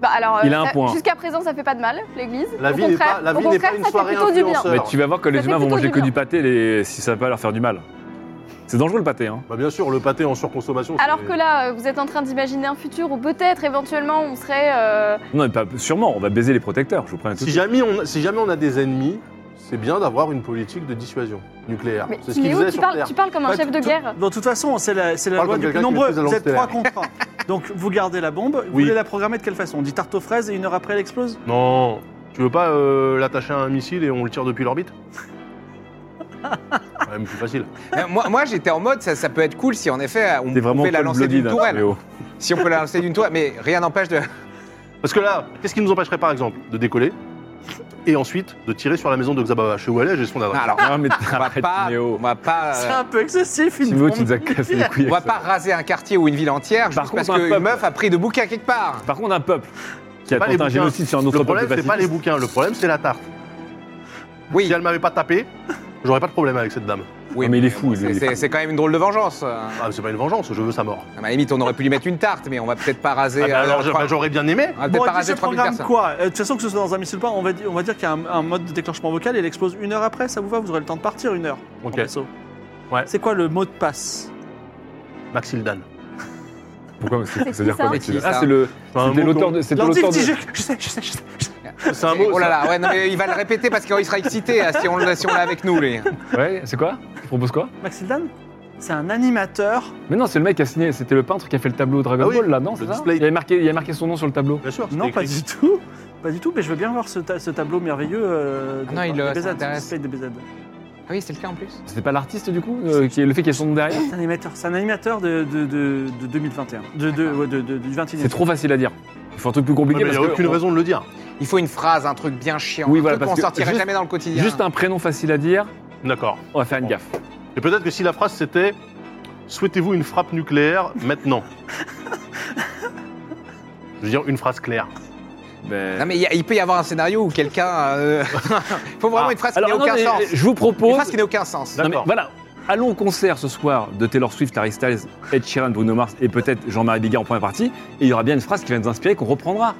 S4: Bah alors. euh,
S3: Il a un
S4: ça-
S3: point.
S4: Jusqu'à présent, ça fait pas de mal, l'Église.
S5: La
S4: Au
S5: vie n'est
S4: contraire-
S5: pas- la
S4: au
S5: vie n'est pas
S4: contraire,
S5: une
S4: ça fait
S5: soirée
S4: plutôt du bien.
S5: influenceur.
S3: Mais tu vas voir que les
S4: fait
S3: humains vont
S4: plutôt
S3: manger
S4: du
S3: que
S4: bien.
S3: du pâté les- si ça va pas leur faire du mal. C'est dangereux le pâté hein.
S5: bah, bien sûr, le pâté en surconsommation. c'est-
S4: Alors que là, euh, vous êtes en train d'imaginer un futur où peut-être, éventuellement, on serait. euh,
S3: Non mais pas, sûrement, on va baiser les protecteurs, je vous préviens tout de
S5: si
S3: suite.
S5: jamais, on, si jamais on a des ennemis, C'est bien d'avoir une politique de dissuasion nucléaire.
S4: Mais
S5: C'est ce qu'ils
S4: Léo,
S5: faisaient
S4: tu
S5: sur
S4: parles,
S5: Terre.
S4: tu parles comme un
S1: Ouais,
S4: chef de
S1: tout-
S4: guerre.
S1: De toute façon, c'est la, c'est la
S5: Parle
S1: loi
S5: comme
S1: du plus
S5: quelqu'un qui
S1: nombreux.
S5: maîtrise la
S1: Vous êtes trois
S5: langue
S1: contre un. Donc vous gardez la bombe. Vous
S5: Oui.
S1: voulez la programmer de quelle façon On dit tarte aux fraises et une heure après elle explose
S5: Non, tu veux pas euh, l'attacher à un missile et on le tire depuis l'orbite *laughs* C'est Quand même plus facile.
S2: Euh, Moi, moi, j'étais en mode, ça, ça peut être cool si en effet on
S3: T'es vraiment
S2: pouvait la
S3: Paul hein,
S2: lancer d'une
S3: Bloody, là,
S5: *laughs*
S2: tourelle.
S3: Léo.
S2: Si on peut la lancer d'une tourelle, mais rien n'empêche
S3: *laughs*
S2: de.
S5: Parce que là, qu'est-ce qui nous empêcherait par exemple de décoller et ensuite de tirer sur la maison de Xababa Chez où elle est, j'ai son
S2: Non,
S5: adresse.
S2: alors,
S3: Non, mais
S2: on va
S3: arrête,
S2: pas.
S3: Léo.
S2: On va
S5: Ah
S2: pas.
S1: C'est
S2: euh,
S1: un peu excessif. Une
S3: Si vous,
S1: bombe.
S3: tu nous as cassé les couilles.
S2: On va
S3: avec ça.
S2: pas raser un quartier ou une ville entière
S3: Par
S2: juste
S3: contre, un
S2: parce qu'une
S3: peuple.
S2: meuf a pris de bouquins quelque part.
S3: Par contre, un peuple qui a
S5: pas les
S3: tenté un
S5: bouquins.
S3: génocide sur un autre peuple.
S5: Le problème, c'est pas les
S3: pacifiste.
S5: bouquins, le problème, c'est la tarte.
S2: Oui,
S5: Si elle m'avait pas tapé, j'aurais pas de problème avec cette dame.
S2: oui
S3: Non, mais il est fou,
S2: c'est-
S3: lui, il est
S2: C'est
S3: fou.
S2: c'est quand même une drôle de vengeance. euh.
S5: Ah, c'est pas une vengeance, je veux sa mort.
S2: À la limite, on aurait pu lui mettre une tarte, mais on va peut-être pas raser.
S5: Ah, bah,
S2: euh,
S5: alors,
S2: trois-
S5: bah, j'aurais bien aimé.
S2: on va peut-être
S1: Bon, elle
S2: pas
S1: dit, je
S2: raser 3000
S1: programme
S2: personnes.
S1: quoi Euh, De toute façon, que ce soit dans un missile ou pas, on va, di- on va dire qu'il y a un, un mode de déclenchement vocal et elle explose une heure après. Ça vous va Vous aurez le temps de partir une heure en
S5: Ok.
S1: vaisseau.
S5: Ouais.
S1: C'est quoi le mot de passe
S5: Maxildan.
S3: Pourquoi C'est-
S4: C'est
S3: Ça veut dire
S4: qui,
S3: quoi
S4: ça
S3: Mathilde
S2: C'est qui,
S3: Ah,
S2: ça
S3: c'est le.
S5: un
S3: C'était
S5: mot
S3: l'auteur
S5: qu'on-
S3: de. C'était
S1: L'antif
S3: l'auteur de.
S1: dit, je, je sais, je sais, je sais.
S5: C'est un mot.
S2: Oh là là, ouais, non, mais il va le répéter parce qu'il sera excité hein, si on l'a si on l'a avec nous,
S3: *laughs*
S2: lui. Ah
S3: Ouais, c'est quoi Tu proposes quoi
S1: Maxildan, c'est un animateur.
S3: Mais non, c'est le mec qui a signé. C'était le peintre qui a fait le tableau Dragon
S5: Ah oui,
S3: Ball, là, non
S5: le
S3: C'est ça
S5: display.
S3: il avait, marqué, il avait marqué son nom sur le tableau.
S5: Bien sûr, c'était
S1: Non, pas
S5: écrit.
S1: du tout. Pas du tout, mais je veux bien voir ce, ta- ce tableau merveilleux euh, de-
S2: Ah non, il,
S1: des
S2: euh, ça
S1: BZ,
S2: m'intéresse.
S1: display des BZ.
S2: Ah oui, c'est le cas en plus.
S3: C'était pas l'artiste, du coup euh, qui est Le fait qu'il y ait son nom derrière
S1: C'est un animateur, c'est un animateur de, de, de, de 2021, de, de,
S2: Ah.
S1: ouais, de, de- du 21
S3: C'est trop facile à dire. Il faut un truc plus compliqué.
S5: Ouais, mais il n'y a
S3: parce que
S5: aucune
S3: on-
S5: raison de le dire.
S2: Il faut une phrase, un truc bien chiant.
S3: Oui,
S2: un
S3: voilà,
S2: truc
S3: parce
S2: qu'on
S3: que
S2: sortirait
S3: juste-
S2: jamais dans le quotidien.
S3: Juste un prénom facile à dire,
S5: D'accord.
S3: on va faire une gaffe.
S5: Et peut-être que si la phrase c'était Souhaitez-vous une frappe nucléaire maintenant Je veux dire une phrase claire.
S3: Ben-
S2: Non, mais il y a- il peut y avoir un scénario où quelqu'un. euh, *laughs* Il faut vraiment
S5: Ah,
S2: une phrase qui n'a
S3: Alors, non,
S2: aucun
S3: mais, euh,
S2: sens.
S3: Je vous
S2: Une
S3: propose.
S2: phrase qui n'a aucun sens.
S3: Non, mais
S5: D'accord.
S3: voilà, allons au concert ce soir de Taylor Swift, Harry Styles, Ed Sheeran, Bruno Mars et peut-être Jean-Marie Bigard en première partie. Et il y aura bien une phrase qui va nous inspirer qu'on reprendra.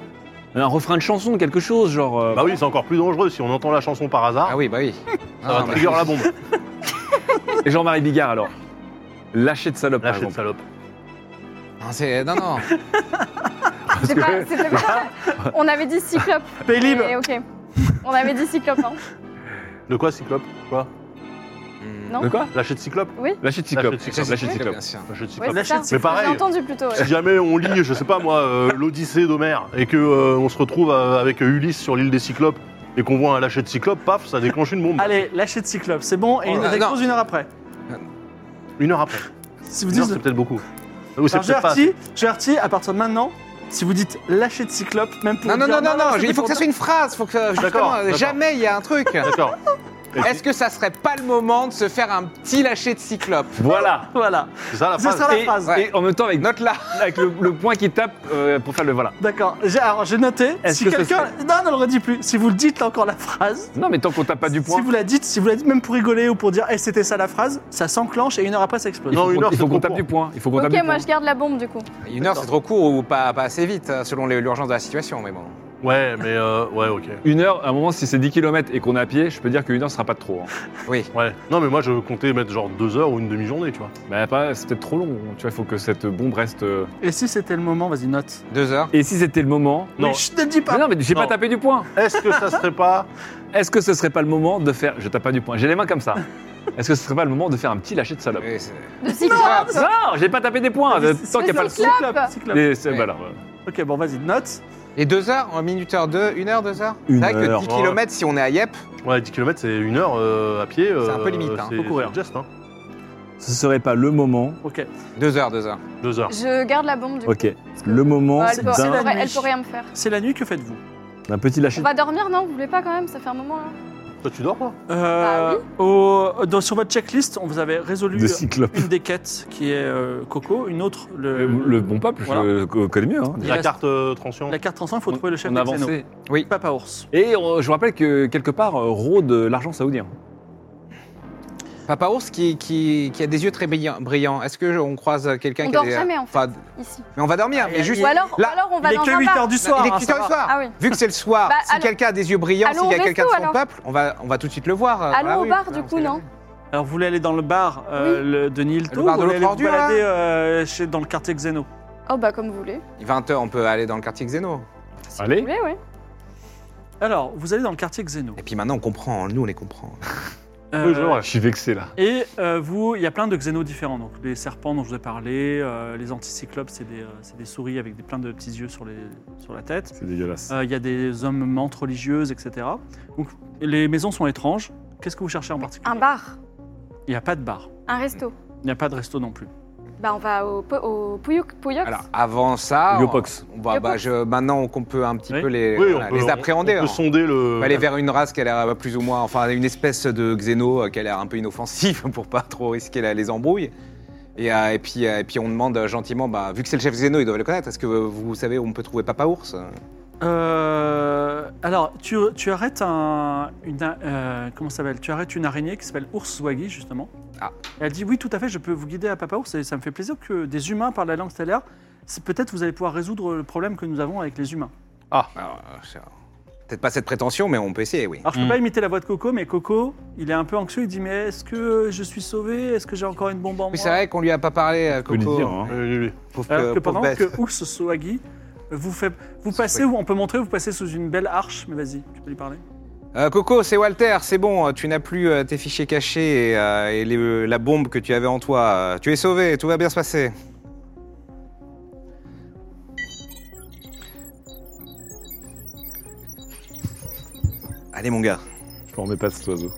S3: Un refrain de chanson, quelque chose, genre. euh,
S5: Bah oui, c'est encore plus dangereux si on entend la chanson par hasard.
S2: Ah oui, bah oui.
S5: Ça va
S2: Non, mais-
S5: trigger la bombe.
S3: Et Jean-Marie Bigard alors. Lâcher de salope, par
S5: Lâchez de
S3: exemple.
S5: salope.
S2: Non, c'est- non, non.
S4: C'est pas- c'est pas-
S5: *laughs*
S4: On avait dit cyclope.
S1: Paylib
S4: mais ok. On avait dit cyclope. hein.
S5: De quoi, Cyclope Quoi
S4: Non.
S3: De quoi
S5: Lâcher de Cyclope
S4: Oui.
S3: Lâcher de cyclope.
S5: Lâcher de cyclope.
S3: Lâcher de cyclope.
S2: Hmm. Bien sûr.
S5: Lâcher de
S4: Ouais,
S5: Cyclope.
S4: c'est
S1: Lâcher
S4: ça.
S1: de
S5: Mais
S4: J'ai
S5: pareil,
S4: entendu plutôt. ouais.
S5: si jamais on lit, je sais pas moi, euh, l'Odyssée d'Homère et que euh, on se retrouve euh, avec Ulysse sur l'île des Cyclopes et qu'on voit un lâcher de Cyclope, paf, ça déclenche une bombe.
S1: Allez, lâchez de Cyclope, c'est bon, et
S2: Oh
S1: il
S2: là-
S1: explose
S2: non.
S1: une heure après.
S5: Une heure après.
S1: Si vous
S5: Une heure,
S1: dites.
S5: c'est peut-être beaucoup. Ou c'est
S1: Alors,
S5: peut-être pas
S1: Gertie, Gertie, à partir de maintenant, si vous dites lâcher de Cyclope, même pour.
S2: Non, non,
S1: dire
S2: non, non, non,
S1: c'est
S2: il faut que ça
S1: pour-
S2: soit une phrase, faut que ça- justement,
S5: D'accord, d'accord.
S2: jamais il y a un truc.
S5: assez. D'accord.
S2: Est-ce que ça serait pas le moment de se faire un petit lâcher de cyclope
S3: Voilà.
S1: Voilà,
S5: C'est ça la
S1: ce
S5: phrase
S1: sera la
S3: Et-
S1: phrase.
S2: Ouais.
S3: Et en même temps, avec,
S2: Note là
S3: avec le, le point qui tape euh, pour faire le voilà.
S1: D'accord, J'ai- alors j'ai noté,
S3: Est-ce
S1: si
S3: que ce
S1: quelqu'un. Non, ne le redis plus, si vous le dites là encore la phrase.
S3: Non, mais tant qu'on tape pas du point.
S1: Si vous la dites, si vous la dites même pour rigoler ou pour dire, eh, c'était ça la phrase, ça s'enclenche et une heure après ça explose.
S3: Il faut
S5: Non, une
S3: qu'on-
S5: heure,
S3: il faut
S5: c'est
S3: qu'on
S5: trop
S3: tape
S5: court.
S3: du point. Il faut qu'on tape
S4: Ok,
S3: du
S4: moi
S3: point.
S4: je garde la bombe du coup.
S2: Une heure, c'est trop court ou pas, pas assez vite, euh, selon les- l'urgence de la situation, mais bon.
S5: Ouais, mais euh, ouais, ok.
S3: Une heure, à un moment, si c'est 10 km et qu'on est à pied, je peux dire qu'une heure sera pas de
S4: *laughs*
S3: trop. hein.
S2: Oui.
S5: Ouais. Non, mais moi, je comptais mettre genre deux heures ou une demi-journée, tu vois.
S3: Bah, pas, c'est peut-être trop long. Tu vois, il faut que cette bombe reste. euh,
S1: Et si c'était le moment, vas-y, note.
S2: Deux heures.
S3: Et si c'était le moment
S5: Non.
S1: Mais je ne le dis pas.
S3: Mais non, mais j'ai
S5: Non.
S3: pas tapé du point.
S5: Est-ce que ça
S2: *laughs*
S5: serait pas
S3: Est-ce que ce serait pas le moment de faire. Je tape pas du point, j'ai les mains comme ça. Est-ce que ce serait pas le moment de faire un petit lâcher de salope
S2: Oui, c'est-
S4: De cyclope.
S2: Ah,
S3: Non, j'ai pas tapé des points,
S1: Mais
S3: euh,
S1: c'est-
S3: tant qu'il n'y a
S1: c'est
S3: pas le son.
S4: cyclope.
S1: cyclope, cyclope.
S3: Et c'est-
S2: Ouais.
S3: voilà, voilà.
S1: Ok, bon, vas-y, note.
S2: Et deux heures, en minuteur deux, une heure, deux heures
S3: Une
S2: C'est vrai
S3: heure,
S2: que 10
S5: ouais.
S2: km, si on est à Yep,
S5: Ouais, 10 km, c'est une heure euh, à pied.
S2: C'est un
S5: euh,
S2: peu limite, hein.
S5: C'est
S1: Faut courir.
S5: c'est le geste, hein.
S3: Ce serait pas le moment.
S1: Ok.
S2: deux heures, deux heures.
S5: Deux heures.
S4: Je garde la bombe du coup. Parce que-
S3: moment
S4: Ouais, elle, peut,
S1: d'un-
S4: elle pourrait- elle peut rien me faire.
S1: C'est la nuit, que faites-vous
S3: d'un petit
S4: On
S3: lâcher
S4: va dormir, non Vous voulez pas quand même Ça fait un moment hein. là.
S5: Toi, tu dors, quoi
S1: Euh,
S2: Bah
S4: Ah
S1: au- dans- sur votre checklist, on vous avait résolu
S3: cyclope.
S1: une des quêtes qui est euh, Coco, une autre le,
S3: Le, euh, le bon peuple,
S1: Voilà.
S3: je le co- connais mieux. hein.
S1: Il
S5: La
S1: reste-
S5: carte euh, transient.
S1: la carte ensemble, il faut
S3: On-
S1: trouver le chef
S3: on
S1: des
S3: a
S1: Xénos.
S3: avancé.
S1: Papa ours.
S3: Et on- je vous rappelle que quelque part euh, rôde l'argent saoudien.
S2: Papa Ours qui, qui, qui a des yeux très brillants. brillants. Est-ce qu'on croise quelqu'un
S4: On
S2: qui a
S4: dort
S2: des...
S4: jamais, en fait.
S2: Enfin,
S4: Ici.
S2: mais on va dormir, mais juste...
S4: Ou alors, ou
S2: là,
S4: alors on
S1: Il
S4: va
S1: est
S4: dans un
S1: que 8
S4: bar.
S1: h du soir.
S2: il est
S1: hein,
S2: 8
S1: ça
S2: heures
S1: va.
S2: du soir.
S4: Ah oui.
S2: Vu que c'est le soir,
S4: Bah,
S2: si
S4: allons-
S2: quelqu'un a des yeux brillants,
S4: Allons
S2: s'il y a
S4: au
S2: quelqu'un de son
S4: resto, alors.
S2: peuple, on va, on va tout de suite le voir. euh,
S4: Allons
S2: bah
S4: au
S2: oui,
S4: bar,
S2: bah,
S4: du
S2: on
S4: coup,
S2: sait
S4: non
S2: jamais.
S1: Alors, vous voulez aller dans le bar euh, le- de Nilto
S2: bar
S1: ou
S2: de
S1: vous voulez
S2: l'autre
S1: aller vous
S2: ordure, là
S1: balader euh, chez- dans le quartier Xeno
S4: Oh bah comme vous voulez.
S2: 20h, on peut aller dans le quartier Xéno.
S3: Allez
S4: Vous voulez, ouais.
S1: Alors, vous allez dans le quartier Xeno.
S2: Et puis maintenant, on comprend, nous, on les
S4: *laughs*
S2: comprend.
S1: Euh,
S3: Oui, c'est vrai, Je suis vexé là.
S1: et euh, vous, il y a plein de Xénos différents. Donc, les serpents dont je vous ai parlé, euh, les anticyclopes, c'est des, euh, c'est des souris avec des, plein de petits yeux sur, les, sur la tête.
S3: C'est dégueulasse.
S1: Euh, Il y a des hommes menthes religieuses, etc. Donc les maisons sont étranges. Qu'est-ce que vous cherchez en particulier
S4: Un bar,
S1: Il n'y a pas de bar.
S4: un resto.
S1: Il n'y a pas de resto non plus.
S4: Bah, on va au, po- au Pouyouk. Pouyouk.
S2: Alors, avant ça,
S3: Yopox.
S2: on- on va-
S4: Yopox.
S2: bah, je- maintenant qu'on peut un petit
S1: Oui.
S2: peu les,
S5: Oui,
S2: euh, voilà,
S5: on peut,
S2: les appréhender.
S5: on peut
S2: hein.
S5: sonder
S2: On
S5: le.
S2: va aller vers une race qui a l'air euh, plus ou moins, enfin une espèce de xéno euh, qui a l'air un peu inoffensive *laughs* pour pas trop risquer la- les embrouilles. Et, euh, et puis, euh, et puis on demande euh, gentiment, bah, vu que c'est le chef xéno, ils doivent le connaître. Est-ce que euh, vous savez où on peut trouver Papa Ours
S1: Euh, alors, tu, tu arrêtes un, une, euh, comment ça s'appelle Tu arrêtes une araignée qui s'appelle Ours Swaggy, justement.
S2: Ah.
S1: Et elle dit oui, tout à fait, je peux vous guider à Papa Ours. Et ça me fait plaisir que des humains parlent la langue stellaire. C'est- Peut-être vous allez pouvoir résoudre le problème que nous avons avec les humains.
S2: Alors, euh, c'est- Peut-être pas cette prétention, mais on peut essayer, oui.
S1: Alors, je peux
S3: Mm.
S1: pas imiter la voix de Coco, mais Coco, il est un peu anxieux. Il dit mais est-ce que je suis sauvé Est-ce que j'ai encore une bombe en
S2: Oui,
S1: moi
S2: c'est vrai qu'on lui a pas parlé, euh,
S3: peux lui
S2: Coco.
S3: dire, hein.
S5: Oui, oui, oui.
S2: Pauvre
S1: Alors que
S2: pauvre
S1: pendant
S2: bête.
S1: que Ours Soagi vous fait, vous passez, on peut montrer, vous passez sous une belle arche. Mais vas-y, tu peux lui parler.
S2: Euh, Coco, c'est Walter, c'est bon, tu n'as plus euh, tes fichiers cachés et, euh, et les- euh, la bombe que tu avais en toi. Euh, Tu es sauvé, tout va bien se passer. Allez mon gars.
S3: Je m'en remets pas de cet oiseau.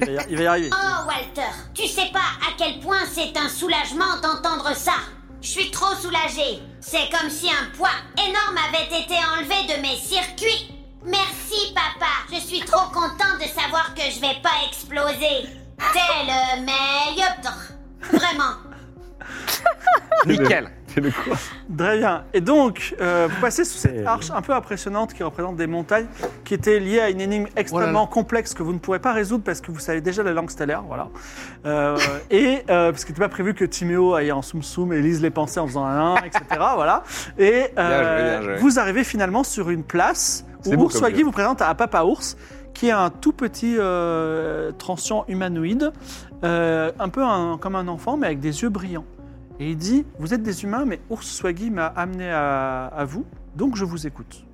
S1: Il va y, il va y arriver.
S6: Oh Walter, tu sais pas à quel point c'est un soulagement d'entendre ça. Je suis trop soulagée. C'est comme si un poids énorme avait été enlevé de mes circuits. Merci papa, je suis trop content de savoir que je vais pas exploser. T'es le meilleur. Vraiment.
S2: Nickel.
S3: C'est le quoi
S1: Très bien. Et donc, euh, vous passez sous cette arche un peu impressionnante qui représente des montagnes qui étaient liées à une énigme extrêmement complexe que vous ne pourrez pas résoudre parce que vous savez déjà la langue stellaire, voilà. Euh, et euh, parce qu'il n'était pas prévu que Timéo aille en soum soum et lise les pensées en faisant un, un, etc. voilà. Et euh,
S2: Bien joué, bien joué.
S1: vous arrivez finalement sur une place où
S3: C'est beau
S1: Ours
S3: comme
S1: Waggy
S3: jeu.
S1: vous présente à Papa Ours qui est un tout petit euh, transient humanoïde, euh, un peu un- comme un enfant mais avec des yeux brillants. Et il dit Vous êtes des humains, mais Ours Swaggy m'a amené à, à vous, donc je vous écoute.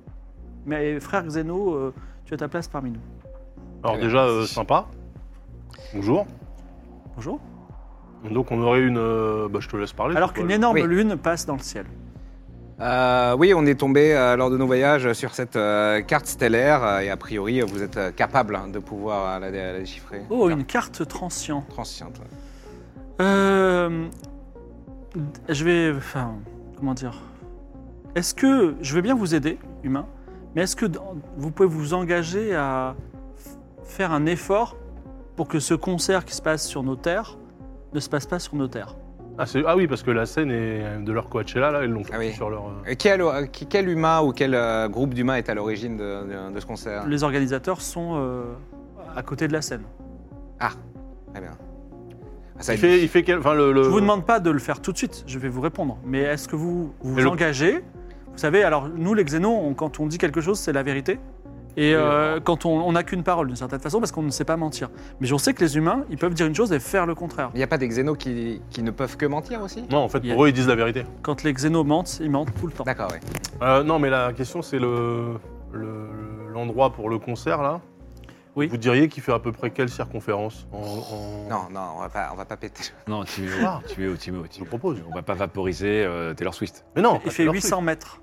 S1: Mais frère Xeno, euh, tu as ta place parmi nous.
S5: Alors
S2: Très bien,
S5: déjà, euh,
S2: merci.
S5: sympa. Bonjour.
S1: Bonjour.
S5: Donc on aurait une. euh, bah, je te laisse parler.
S1: Alors
S5: toi,
S1: qu'une
S5: Paul.
S1: énorme
S2: Oui.
S1: lune passe dans le ciel.
S2: Euh, oui, on est tombé euh, lors de nos voyages sur cette euh, carte stellaire euh, et a priori euh, vous êtes euh, capable hein, de pouvoir euh, la, la déchiffrer.
S1: Oh, une carte transient.
S2: Transiente.
S1: Euh, je vais. Enfin, comment dire Est-ce que. Je veux bien vous aider, humain, mais est-ce que dans- vous pouvez vous engager à f- faire un effort pour que ce concert qui se passe sur nos terres ne se passe pas sur nos terres
S5: Ah, c'est- ah oui, parce que la scène est de leur Coachella, là, ils l'ont fait
S2: Ah oui.
S5: sur leur. euh,
S2: Et Quel, euh, qui- quel humain ou quel euh, groupe d'humains est à l'origine de, de- de ce concert
S1: Les organisateurs sont euh, à côté de la scène.
S2: Très bien. Ah, ça
S5: Il
S2: va être-
S5: fait, il fait quel. Enfin, le, le-
S1: Je vous demande pas de le faire tout de suite, je vais vous répondre. Mais est-ce que vous vous,
S5: Mais le-
S1: engagez Vous savez, alors nous, les xénos, on- quand on dit quelque chose, c'est la vérité. Et euh, quand on on n'a qu'une parole, d'une certaine façon, parce qu'on ne sait pas mentir. Mais on sait que les humains, ils peuvent dire une chose et faire le contraire.
S2: Il n'y a pas des xénos qui, qui ne peuvent que mentir aussi
S5: Non, en fait,
S1: Il y a-
S5: pour eux, ils disent la vérité.
S1: Quand les xénos mentent, ils mentent tout le temps.
S2: D'accord, oui.
S5: Euh, non, mais la question, c'est le. le- L'endroit pour le concert, là
S1: Oui.
S5: Vous diriez qu'il fait à peu près quelle circonférence en, en-
S2: Non, non, on va pas, on va pas péter.
S3: Non, Timéo,
S5: Ah.
S3: Timéo, Timéo, Timéo.
S5: propose.
S3: On va pas vaporiser euh, Taylor Swift.
S5: Mais non
S1: Il
S5: pas
S1: fait
S5: leur
S1: 800 mètres.
S5: truc.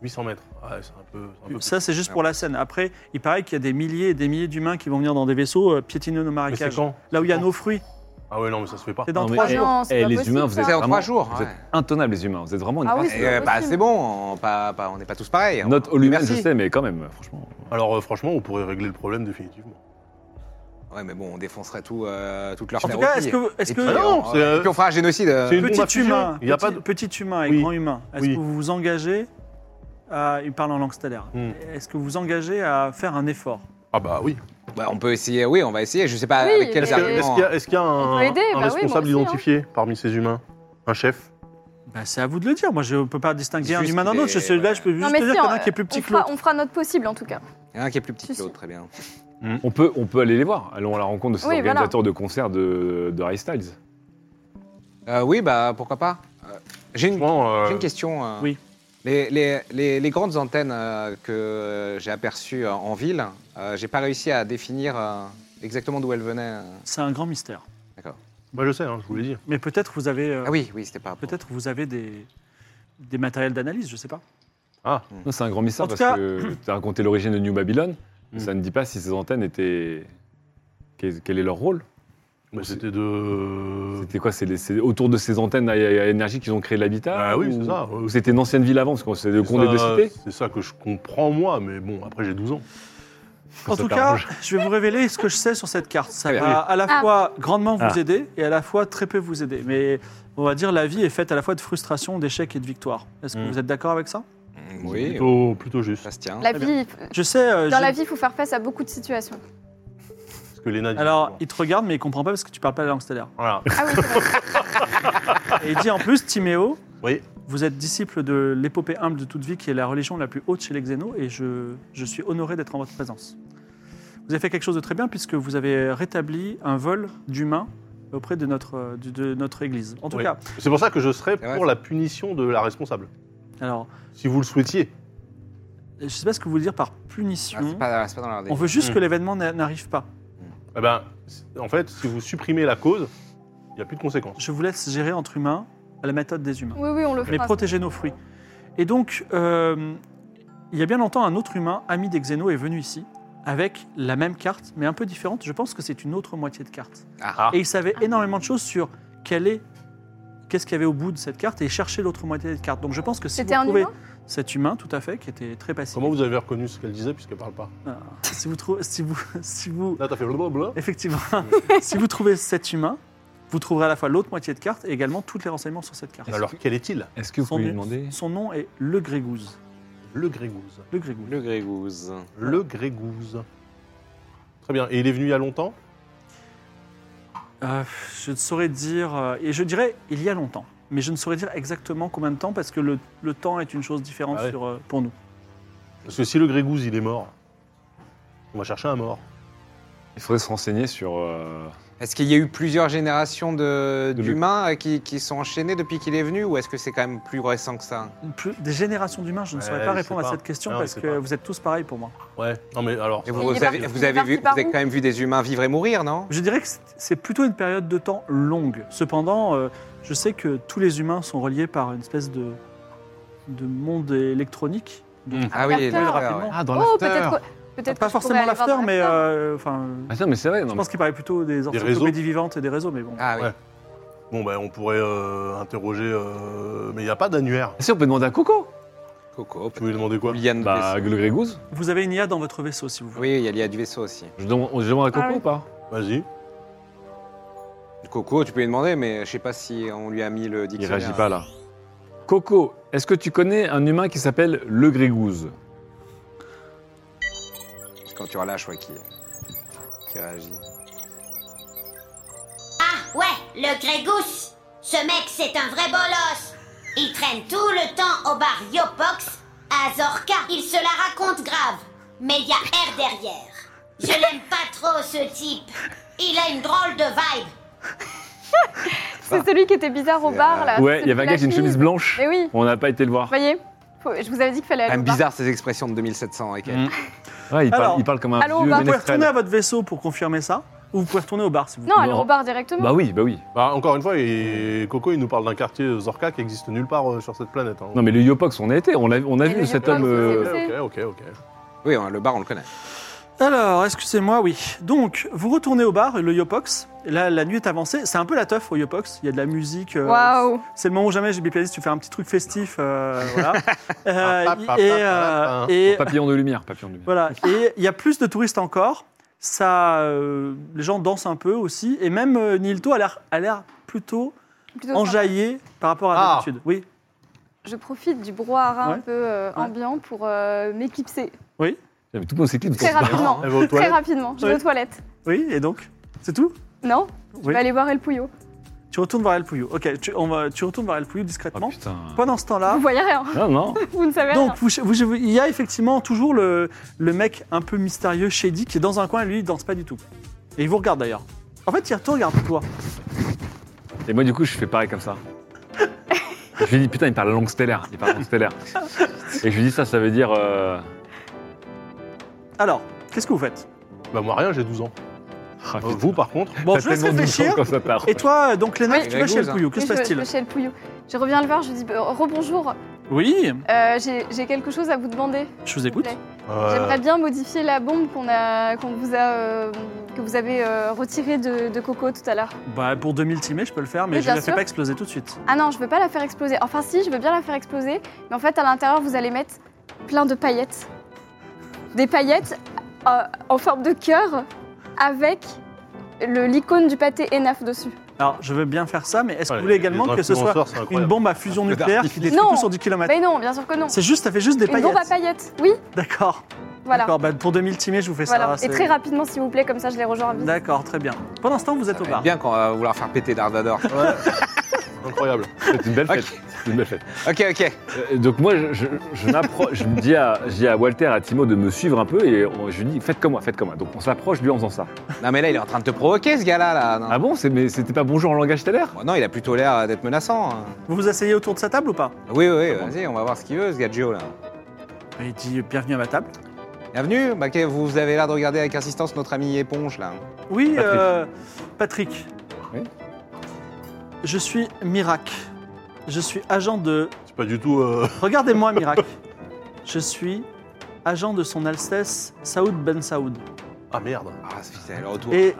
S5: 800 mètres. Ouais, c'est un peu. c'est un peu
S1: Ça, c'est juste pour la scène. Après, il paraît qu'il y a des milliers et des milliers d'humains qui vont venir dans des vaisseaux euh, piétiner nos
S5: plus. Mais c'est
S1: marécages.
S5: quand
S1: Là où il y a
S5: C'est quand
S1: nos fruits.
S5: Ah ouais, non, mais ça se fait pas.
S1: C'est dans
S3: Non, mais-
S1: trois
S3: eh,
S1: jours.
S4: Non, c'est
S3: eh,
S4: pas
S3: les
S4: possible,
S3: humains, vous
S4: ça.
S3: êtes
S2: C'est en
S3: vraiment-
S2: trois jours.
S3: Vous
S2: ouais.
S3: êtes intonables, les humains. Vous êtes vraiment. une
S4: Ah oui,
S3: race.
S4: c'est
S2: Et, euh,
S4: pas
S2: bah,
S4: possible.
S2: c'est bon, on pas- pas- on n'est pas tous pareils. hein.
S3: Notre Olumen,
S2: Merci.
S3: je sais, mais quand même, franchement.
S5: Alors, euh, franchement, on pourrait régler le problème définitivement.
S2: Ouais, mais bon, on défoncerait tout, euh, toute leur
S1: En tout cas, est-ce que. vous- Est-ce
S2: Et
S1: que
S2: puis,
S5: Ah non,
S2: on,
S5: c'est, euh,
S2: et puis on fera un génocide. euh.
S5: c'est une- bombe à
S1: petit
S5: fusion.
S1: humain,
S5: Il y a
S1: petit,
S5: pas de-
S1: petit humain et
S5: Oui.
S1: grand humain, est-ce
S5: Oui.
S1: que vous vous engagez à... Il parle en langue stellaire.
S5: Hmm.
S1: Est-ce que vous vous engagez à faire un effort
S5: Ah bah oui.
S2: Bah, on peut essayer, oui, on va essayer. Je sais pas
S4: Oui,
S2: avec quels
S4: mais-
S5: Est-ce qu'il y a- est-ce
S2: arguments.
S5: qu'il y a, est-ce qu'il y a un,
S4: On peut aider,
S5: un
S4: bah oui, moi
S5: responsable
S4: aussi, hein.
S5: identifié parmi ces humains Un chef
S1: Bah, C'est à vous de le dire. Moi, je ne peux pas distinguer un
S2: Juste
S1: humain d'un
S2: les-
S1: autre. Je- Celui-là, je peux juste
S4: Non, mais
S1: te dire
S4: si,
S1: qu'il y en
S4: on-
S1: a un qui est plus petit
S4: on
S1: que l'autre.
S4: fera, on fera notre possible en tout cas.
S2: Il y en a un qui est plus petit
S4: Si,
S2: que
S4: si.
S2: l'autre, très bien.
S3: On peut, on peut aller les voir. Allons à la rencontre de ces
S4: Oui, voilà.
S3: organisateurs de concerts de, de Harry Styles.
S2: Euh, oui, bah pourquoi pas. Euh, J'ai une,
S5: Franchement, euh,
S2: j'ai une question. euh,
S1: Oui.
S2: Les, les- les- les grandes antennes euh, que euh, j'ai aperçues euh, en ville, euh, j'ai pas réussi à définir euh, exactement d'où elles venaient. euh.
S1: C'est un grand mystère.
S2: D'accord.
S5: Bah, je sais, hein, je vous l'ai dit.
S1: Mais peut-être vous avez, euh,
S2: Ah oui, oui, c'était pas.
S1: peut-être vous avez des, des matériels d'analyse, je sais pas.
S5: Ah.
S3: Non, C'est un grand mystère
S1: En tout
S3: parce
S1: cas-
S3: que tu as raconté l'origine de New Babylon, mais
S5: Mm.
S3: ça ne dit pas si ces antennes étaient. Quel quel est leur rôle
S5: Mais c'était de.
S3: C'était quoi C'est les- c'est autour de ces antennes à, à énergie qu'ils ont créé l'habitat
S5: Ah oui,
S3: ou-
S5: c'est ça.
S3: ou
S5: ouais.
S3: C'était une ancienne ville avant, parce qu'on c'est le condé de
S5: ça-
S3: cité.
S5: C'est ça que je comprends, moi, mais bon, après, j'ai 12 ans.
S1: En
S3: ça
S1: tout cas,
S3: t'arrange.
S1: je vais vous révéler ce que je sais sur cette carte. Ça
S2: Très bien.
S1: va à la
S4: Ah.
S1: fois grandement vous
S3: Ah.
S1: aider et à la fois très peu vous aider. Mais on va dire la vie est faite à la fois de frustration, d'échecs et de victoires. Est-ce que
S2: Mm.
S1: vous êtes d'accord avec ça
S2: Oui,
S5: Plutôt, plutôt juste.
S2: Bastien.
S4: La
S1: Très
S4: vie,
S1: Je sais. euh,
S4: dans
S1: j'ai-
S4: la vie, il faut faire face à beaucoup de situations.
S5: Parce que Léna dit.
S1: Alors,
S5: Bon.
S1: il te regarde, mais il comprend pas parce que tu parles pas la langue stellaire.
S5: Voilà.
S4: Ah oui, c'est vrai.
S1: Et il dit en plus, Timéo,
S5: Oui.
S1: vous êtes disciple de l'épopée humble de toute vie, qui est la religion la plus haute chez les Xénos, et je, je suis honoré d'être en votre présence. Vous avez fait quelque chose de très bien, puisque vous avez rétabli un vol d'humains auprès de notre, euh, du- de notre église. En tout
S5: Oui.
S1: cas,
S5: C'est pour ça que je serais
S2: C'est vrai,
S5: pour la punition de la responsable.
S1: alors,
S5: Si vous le souhaitiez.
S1: je sais pas ce que vous voulez dire par
S2: Ah,
S1: punition.
S2: c'est pas, Hmm. c'est pas dans leur
S1: On veut juste que l'événement n'a- n'arrive pas.
S5: Eh ben, c- en fait, si vous supprimez la cause, il n'y a plus de conséquences.
S1: Je vous laisse gérer entre humains à la méthode des humains.
S4: oui, oui, on le
S1: mais
S4: fera.
S1: protéger nos fruits. Et donc, euh, il y a bien longtemps, un autre humain, ami d'Exeno, est venu ici avec la même carte, mais un peu différente. Je pense que c'est une autre moitié de carte.
S2: Ah.
S1: Et il savait énormément de choses sur quelle est, qu'est-ce qu'il y avait au bout de cette carte et il cherchait l'autre moitié de carte. Donc, je pense que si vous
S4: C'était un
S1: trouvez
S4: humain
S1: cet humain, tout à fait, qui était très passif,
S5: Comment vous avez reconnu ce qu'elle disait puisqu'elle parle pas
S1: si vous trouvez, si vous, *laughs* si vous,
S5: Là, t'as fait blablabla.
S1: effectivement, *laughs* si vous trouvez cet humain, vous trouverez à la fois l'autre moitié de carte et également tous les renseignements sur cette carte.
S5: Alors, quel est-il
S3: Est-ce que vous
S1: Son
S3: pouvez lui
S1: nom-
S3: demander
S1: Son nom est Le Grégouze.
S5: Le Grégouze.
S1: Le Grégouze.
S2: Le Grégouze.
S5: Le Grégouze. Très bien. Et il est venu il y a longtemps
S1: Euh, je ne saurais dire, euh, et je dirais il y a longtemps, mais je ne saurais dire exactement combien de temps parce que le, le temps est une chose différente
S5: Ah ouais.
S1: sur, euh, pour nous.
S5: Parce que si le Grégouze, il est mort, on va chercher un mort.
S3: Il faudrait se renseigner sur. euh,
S2: Est-ce qu'il y a eu plusieurs générations de-
S3: De
S2: d'humains euh, qui, qui sont enchaînés depuis qu'il est venu ou est-ce que c'est quand même plus récent que ça
S1: Plus- des générations d'humains, je ne
S5: Ouais,
S1: saurais pas
S5: je
S1: répondre
S5: sais
S1: à
S5: pas.
S1: cette question
S5: Non, je
S1: parce
S5: sais
S1: que
S5: pas.
S1: vous êtes tous pareils pour moi.
S5: Ouais. Non, mais alors.
S2: Et
S5: ça-
S2: vous,
S4: Il est
S2: vous avez,
S4: parti-
S2: vous
S4: il est
S2: avez vu,
S4: parti
S2: vous
S4: par
S2: avez
S4: où
S2: quand même vu des humains vivre et mourir, non
S1: Je dirais que c'est- c'est plutôt une période de temps longue. Cependant, euh, je sais que tous les humains sont reliés par une espèce de, de monde électronique. Donc,
S2: Ah oui,
S4: L'after.
S1: oui,
S2: l'after,
S1: rapidement.
S2: ouais.
S7: Ah, dans
S4: Oh,
S7: l'after.
S4: peut-être que- peut-être
S1: Pas
S4: que je
S1: forcément
S4: pourrais aller voir
S1: l'after,
S4: dans
S1: mais
S4: l'after.
S1: euh, enfin,
S5: Ah,
S3: Attends, Ah, mais c'est vrai.
S1: je
S3: Non,
S1: pense qu'il parlait plutôt des
S5: réseaux
S1: encyclopédies vivantes et des réseaux, mais bon.
S2: Ah oui.
S5: Ouais. Bon, ben, on pourrait euh, interroger. euh, Mais il n'y a pas d'annuaire.
S3: mais- Si on peut demander à Coco
S2: Coco,
S5: Tu voulais demander quoi
S2: Liane de
S3: Bah,
S2: vaisseau.
S3: le Grégouze.
S1: Vous avez une IA dans votre vaisseau, si vous voulez.
S2: Oui, il y a l'IA du vaisseau aussi.
S3: Je demande, je demande à Coco
S4: Ah oui.
S3: ou pas
S5: Vas-y.
S2: Coco, tu peux lui demander, mais je sais pas si on lui a mis le
S3: Il
S2: dictionnaire.
S3: réagit pas là. Coco, est-ce que tu connais un humain qui s'appelle le Grégouze
S2: C'est Quand tu relâches, ouais, qui, qui réagit.
S6: Ah ouais, le Grégousse Ce mec, c'est un vrai bolos Il traîne tout le temps au bar Yopox, à Zorka. Il se la raconte grave, mais il y a R derrière. Je l'aime pas trop, ce type. Il a une drôle de vibe.
S4: C'est celui qui était bizarre au
S2: C'est,
S4: bar,
S2: euh,
S4: là.
S3: Ouais,
S4: Ah, C'est
S3: il y avait un gars qui a une
S4: la fille.
S3: chemise blanche.
S4: Mais oui, vous
S3: On n'a pas été le voir.
S4: voyez, faut- je vous avais dit qu'il fallait
S2: Quand
S4: aller
S2: même
S4: au bar.
S2: bizarre ces expressions de 2700 et quelques.
S3: Mm. Ouais, il, parle,
S1: Alors,
S3: il parle comme un
S4: allons au
S3: vieux
S4: bar.
S1: Vous pouvez
S3: ménestrel.
S1: retourner à votre vaisseau pour confirmer ça, ou vous pouvez retourner au bar si vous voulez.
S4: Non, aller
S3: Non.
S4: au bar directement.
S3: Bah oui, bah oui.
S5: Bah, encore une fois, et Coco, il nous parle d'un quartier euh, Zorka qui existe nulle part euh, sur cette planète. hein.
S3: Non, mais le Yopox, on a été, on l'a on a
S4: Et le
S3: vu cet
S4: Yopox,
S3: homme.
S4: on
S3: euh,
S4: sait
S5: Ok, ok, ok.
S2: Oui, on- le bar, on le connaît.
S1: Alors, excusez-moi, oui. Donc, vous retournez au bar, le Yopox. Là, la nuit est avancée. C'est un peu la teuf au Yopox. Il y a de la musique. euh,
S4: Waouh
S1: C'est le moment où jamais j'ai pianiste, tu fais un petit truc festif. euh, *laughs* voilà. Euh,
S5: Ah, ah,
S1: et,
S5: ah, ah,
S1: euh,
S5: ah.
S1: et
S3: Papillon de lumière, papillon de lumière.
S1: voilà. Et il y a plus de touristes encore. Ça, euh, les gens dansent un peu aussi. Et même euh, Nilto a l'air- a l'air plutôt
S4: Plutôt sympa.
S1: enjaillé par rapport à
S5: Ah.
S1: d'habitude. Oui.
S4: Je profite du brouhaha
S1: Ouais.
S4: un peu euh,
S1: Ouais.
S4: ambiant pour euh, m'éclipser
S3: Putain, mais tout le monde s'éclipse.
S4: très rapidement.
S5: Elle va aux
S4: Très
S5: toilettes.
S4: rapidement,
S1: Bah,
S4: je
S1: hein, Ouais.
S4: vais aux toilettes.
S1: Oui, et donc, c'est tout
S4: Non Je
S1: Oui.
S4: vais aller voir El Pouillot.
S1: Tu retournes voir El Pouillot. Ok, tu, on va, tu retournes voir El Pouillot
S3: Oh,
S1: discrètement.
S3: putain.
S1: Pendant ce temps-là,
S4: Vous voyez rien, *laughs*
S3: Non, non.
S4: vous ne savez rien.
S1: Ah. Donc, vous- vous- vous- il y a effectivement toujours le, le mec un peu mystérieux, shady, qui est dans un coin et lui, il danse pas du tout. Et il vous regarde d'ailleurs. En fait, il te regarde, toi.
S3: Et moi, du coup, je fais pareil comme ça. Je lui dis, putain, il parle la langue stellaire. Il parle la langue stellaire. Et je lui dis, ça, ça veut dire. euh,
S1: Alors, qu'est-ce que vous faites
S5: Bah, moi, rien, j'ai 12 ans.
S3: ah, putain,
S5: Vous, par contre,
S1: Oh. Bon,
S3: t'as
S1: je laisse
S3: tellement de
S1: réfléchir.
S3: gens comme ça, t'as-
S1: Et toi, donc, Léna,
S4: Oui.
S1: tu vas chez
S2: Régouze,
S1: le
S2: hein.
S1: Pouillou. Que se
S4: Oui, je-
S1: passe-t-il
S4: je suis le Pouillou. Je reviens le voir, je lui dis euh, rebonjour,
S1: Oui,
S4: euh, j'ai j'ai quelque chose à vous demander.
S1: je vous écoute.
S4: Plaît.
S5: euh,
S4: J'aimerais bien modifier la bombe qu'on a, qu'on vous a, euh, que vous avez euh, retirée de, de Coco tout à l'heure.
S1: Bah, pour 2000 timés, je peux le faire, mais
S4: Oui,
S1: je
S4: bien
S1: ne la fais
S4: sûr.
S1: pas exploser tout de suite.
S4: Ah non, je veux pas la faire exploser. Enfin si, je veux bien la faire exploser, mais en fait à l'intérieur vous allez mettre plein de paillettes, des paillettes euh, en forme de cœur avec le l'icône du pâté Enaf dessus.
S1: Alors, je veux bien faire ça, mais est-ce que
S5: ouais,
S1: vous voulez
S5: les
S1: également que ce soit
S5: influenceurs, c'est
S1: une
S5: incroyable.
S1: bombe à fusion
S2: Un peu
S1: nucléaire qui
S2: d'artifice.
S1: détruit
S4: Non.
S1: tout sur 10 km
S4: Mais non, bien sûr que non.
S1: C'est juste, ça fait juste des
S4: Une bombe à
S1: paillettes.
S4: paillettes, oui,
S1: D'accord.
S4: voilà.
S1: D'accord, bah, pour 2000 timés, je vous fais
S4: Voilà,
S1: ça. c'est-
S4: et très rapidement s'il vous plaît, comme ça je les rejoins vite.
S1: D'accord, très bien. Pour l'instant, vous êtes au
S2: C'est
S1: bar.
S2: bien qu'on va vouloir faire péter Dardador.
S5: Incroyable.
S3: C'est une belle fête.
S2: Ok.
S3: C'est une belle fête.
S2: ok, ok.
S3: Euh, Donc moi, je, je, je m'appro- je me dis à, je dis à Walter, à Timo de me suivre un peu et on- je lui dis faites comme moi, faites comme moi. Donc on s'approche de lui en faisant ça.
S2: Non, mais là, il est en train de te provoquer, ce gars-là. Là. Non.
S3: Ah bon c'est- Mais c'était pas bonjour en langage stellaire
S2: Bon, non, il a plutôt l'air d'être menaçant. hein.
S1: Vous vous asseyez autour de sa table ou pas
S2: Oui, oui,
S3: Ah
S2: oui, vas-y, on va voir ce qu'il veut, ce gars de Géo, là.
S1: Bah, Il dit bienvenue à ma table.
S2: Bienvenue. Bah, que- vous avez l'air de regarder avec insistance notre ami éponge, là.
S1: Oui,
S3: Patrick.
S1: euh, Patrick.
S3: Oui.
S1: Je suis Mirac. Je suis agent de. *laughs*
S5: C'est pas du tout. euh, *laughs*
S1: Regardez-moi, Mirac. Je suis agent de son Altesse Saoud Ben Saoud.
S5: Ah merde.
S2: Ah, c'est le retour.
S1: Et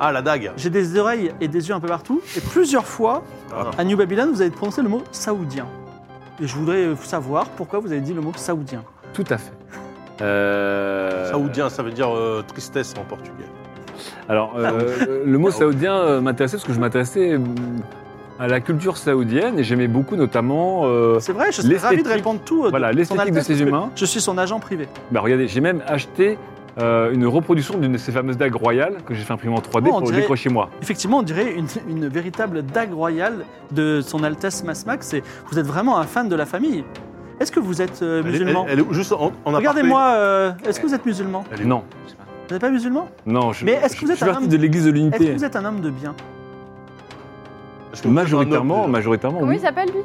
S5: Ah, la dague.
S1: j'ai des oreilles et des yeux un peu partout. Et plusieurs fois,
S5: Ah.
S1: à New Babylon, vous avez prononcé le mot saoudien. Et je voudrais euh, savoir pourquoi vous avez dit le mot saoudien.
S3: Tout à fait. Euh,
S5: Saoudien, ça veut dire euh, tristesse en portugais.
S3: Alors, euh, le mot saoudien euh, m'intéressait parce que je m'intéressais euh, à la culture saoudienne et j'aimais beaucoup notamment euh,
S1: C'est vrai, je serais ravi de
S3: l'esthétique-
S1: répondre tout. euh, de
S3: voilà,
S1: son
S3: l'esthétique de
S1: Altesse,
S3: ces
S1: parce que
S3: humains.
S1: Je suis son agent privé.
S3: Bah regardez, j'ai même acheté euh, une reproduction d'une de ces fameuses dagues royales que j'ai fait imprimer en 3D
S1: Oh, on
S3: pour
S1: dirait-
S3: décrocher moi.
S1: Effectivement, on dirait une, une véritable dague royale de son Altesse Masmak. C'est, vous êtes vraiment un fan de la famille. Est-ce que vous êtes euh,
S5: Elle est-
S1: musulman
S5: Elle, elle est juste en, en
S1: Regardez-moi, euh, est-ce que vous êtes musulman
S5: aparté. Elle est-
S3: Non,
S1: Vous n'êtes pas musulman
S3: non, je,
S1: Mais est-ce que
S3: je-
S1: vous êtes
S3: je suis
S1: un
S3: parti
S1: homme-
S3: de l'église de
S1: Est-ce que
S3: l'unité.
S1: vous êtes un homme de bien
S5: Parce que vous êtes
S3: Majoritairement,
S5: un homme,
S3: majoritairement,
S4: Comment il
S3: oui.
S4: s'appelle lui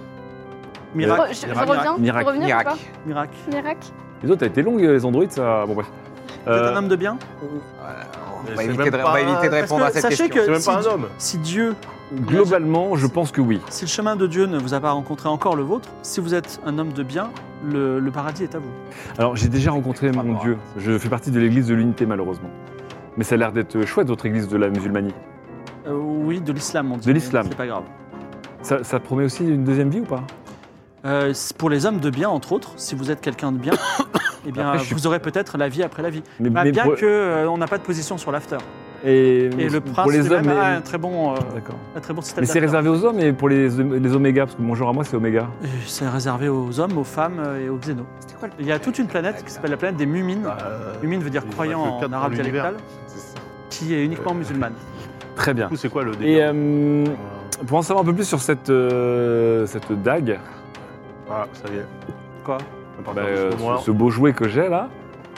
S1: Mirac,
S4: Re- Oh, je, je
S1: Mirac, Euh,
S4: reviens,
S3: Mirac.
S4: je reviens ou
S2: Mirac.
S4: pas
S1: Mirac.
S4: Mirac.
S3: Les autres, t'as été longue, les androïdes, ça. Bon, bref.
S1: Vous êtes
S3: Euh,
S1: un homme de bien
S2: On
S5: Mais
S2: va
S5: c'est
S2: éviter,
S5: même
S2: de, on
S5: pas-
S2: va éviter de
S1: Parce
S2: répondre
S1: que
S2: à cette
S1: sachez
S2: question.
S1: que
S5: C'est même
S1: si,
S5: pas un
S1: Dieu-
S5: homme.
S1: si Dieu,
S3: Globalement, je pense que oui.
S1: si le chemin de Dieu ne vous a pas rencontré encore le vôtre, si vous êtes un homme de bien, le, le paradis est à vous.
S3: Alors, j'ai déjà rencontré
S2: Par
S3: mon
S2: rapport à-
S3: Dieu. Je fais partie de l'église de l'unité, malheureusement. Mais ça a l'air d'être chouette, votre église de la musulmanie.
S1: Euh, oui, de l'islam, on dit.
S3: De
S1: mais
S3: l'islam.
S1: C'est pas grave.
S3: Ça, ça promet aussi une deuxième vie ou pas
S1: Euh, c'est pour les hommes de bien, entre autres, si vous êtes quelqu'un de bien, *coughs* eh bien,
S3: Après, je suis-
S1: vous aurez peut-être la vie après la vie.
S3: mais,
S1: Bah,
S3: mais
S1: bien
S3: pour-
S1: que euh, on n'a pas de position sur l'after.
S3: et,
S1: Et le
S3: pour
S1: prince
S3: les
S1: de
S3: hommes.
S1: même a
S3: et-
S1: un très bon, euh,
S3: D'accord.
S1: un très bon système
S3: Mais c'est
S1: d'after.
S3: réservé aux hommes et pour les, les omégas, parce que mon genre à moi, c'est oméga.
S1: Euh, C'est réservé aux hommes, aux femmes euh, et aux xénos.
S2: C'était quoi le-
S1: Il y a toute une planète qui s'appelle la planète des mumines.
S5: Euh,
S1: mumines veut dire
S5: il y en a
S1: croyant
S5: que quatre
S1: en
S5: dans
S1: arabe
S5: l'univers.
S1: dialectal,
S2: C'est ça.
S1: qui est uniquement musulmane.
S3: Très bien.
S5: Du coup, c'est quoi le
S3: Et
S5: délire
S3: euh,
S5: Euh,
S3: pour en savoir un peu plus sur cette, euh, cette dague,
S5: Ah, ça y est.
S1: Quoi
S5: À partir
S3: bah,
S5: de ce
S3: euh,
S5: moment-là,
S3: ce, ce beau jouet que j'ai là,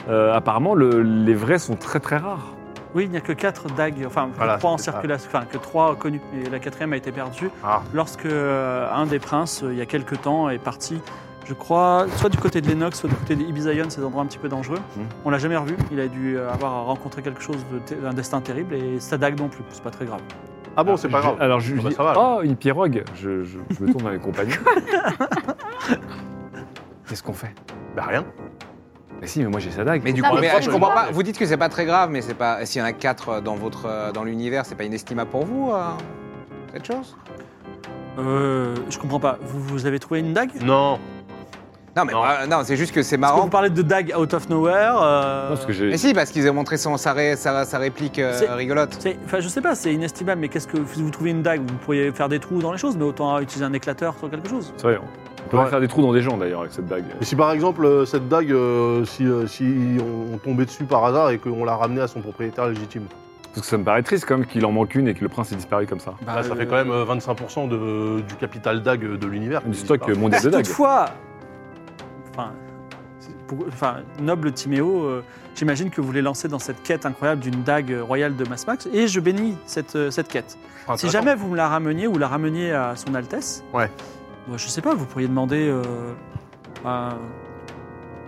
S3: euh, apparemment, le- les vrais sont très très rares.
S1: Oui, il n'y a que quatre dagues, enfin que
S5: Voilà,
S1: trois en
S5: c'était ça.
S1: circulation, enfin que trois connues. Et la quatrième a été perdue
S5: Ah.
S1: lorsque euh, un des princes, euh, il y a quelque temps, est parti. Je crois, soit du côté de l'Enox, soit du côté des Ibizaïon, ces endroits un petit peu dangereux.
S3: Mhm.
S1: On l'a jamais revu. Il a dû euh, avoir rencontré quelque chose, de ter- un destin terrible, et sa dague non plus. C'est pas très grave.
S5: Ah bon, c'est pas
S3: Je-
S5: grave.
S3: Alors je lui
S5: Ah bah,
S3: dis,
S5: ça va,
S3: oh, une pirogue Je, je- je me tourne vers mes
S5: *laughs*
S3: compagnons. Qu'est-ce qu'on fait
S5: Bah rien.
S3: Mais si, mais moi j'ai sa dague.
S2: Mais du
S4: Ah,
S2: coup,
S4: mais
S2: mais
S4: ça,
S2: je
S4: je
S2: comprends
S4: comprends.
S2: pas. Vous dites que c'est pas très grave, mais c'est pas. S'il y en a quatre dans votre, euh, dans l'univers, c'est pas inestimable pour vous euh, cette chose
S1: Euh, je comprends pas. Vous, vous avez trouvé une dague
S5: Non.
S2: Non, mais
S5: Non.
S2: bah, non, c'est juste que c'est
S1: Parce que
S2: marrant.
S1: vous parlez de dague out of nowhere. euh,
S3: Non, parce que j'ai.
S2: Mais si, parce qu'ils ont montré son, sa, ré- sa- sa réplique euh,
S1: C'est-
S2: rigolote.
S1: c'est- Enfin, je sais pas, c'est inestimable, mais qu'est-ce que si vous trouvez une dague, vous pourriez faire des trous dans les choses, mais autant utiliser un éclateur sur quelque chose.
S3: C'est vrai, on peut
S5: Ouais.
S3: pas faire des trous dans des gens d'ailleurs avec cette dague.
S5: Mais si par exemple, euh, cette dague, euh, si, euh, si on, on tombait dessus par hasard et qu'on l'a ramenée à son propriétaire légitime,
S3: Parce que ça me paraît triste quand même qu'il en manque une et que le prince ait disparu comme ça.
S1: Bah,
S5: Là, ça
S1: euh,
S5: fait quand même euh, 25% de, du capital dague de l'univers.
S3: Du
S5: qui
S3: stock euh,
S5: disparaît.
S3: mondial de dague.
S1: Toutefois, enfin, c'est pour- enfin, noble Timéo, euh, j'imagine que vous voulez lancer dans cette quête incroyable d'une dague royale de Masmax, et je bénis cette, euh, cette quête.
S5: Enfin,
S1: Si
S5: intéressant.
S1: jamais vous me la rameniez ou la rameniez à son Altesse,
S5: Ouais.
S1: Bah, je sais pas, vous pourriez demander. euh, à-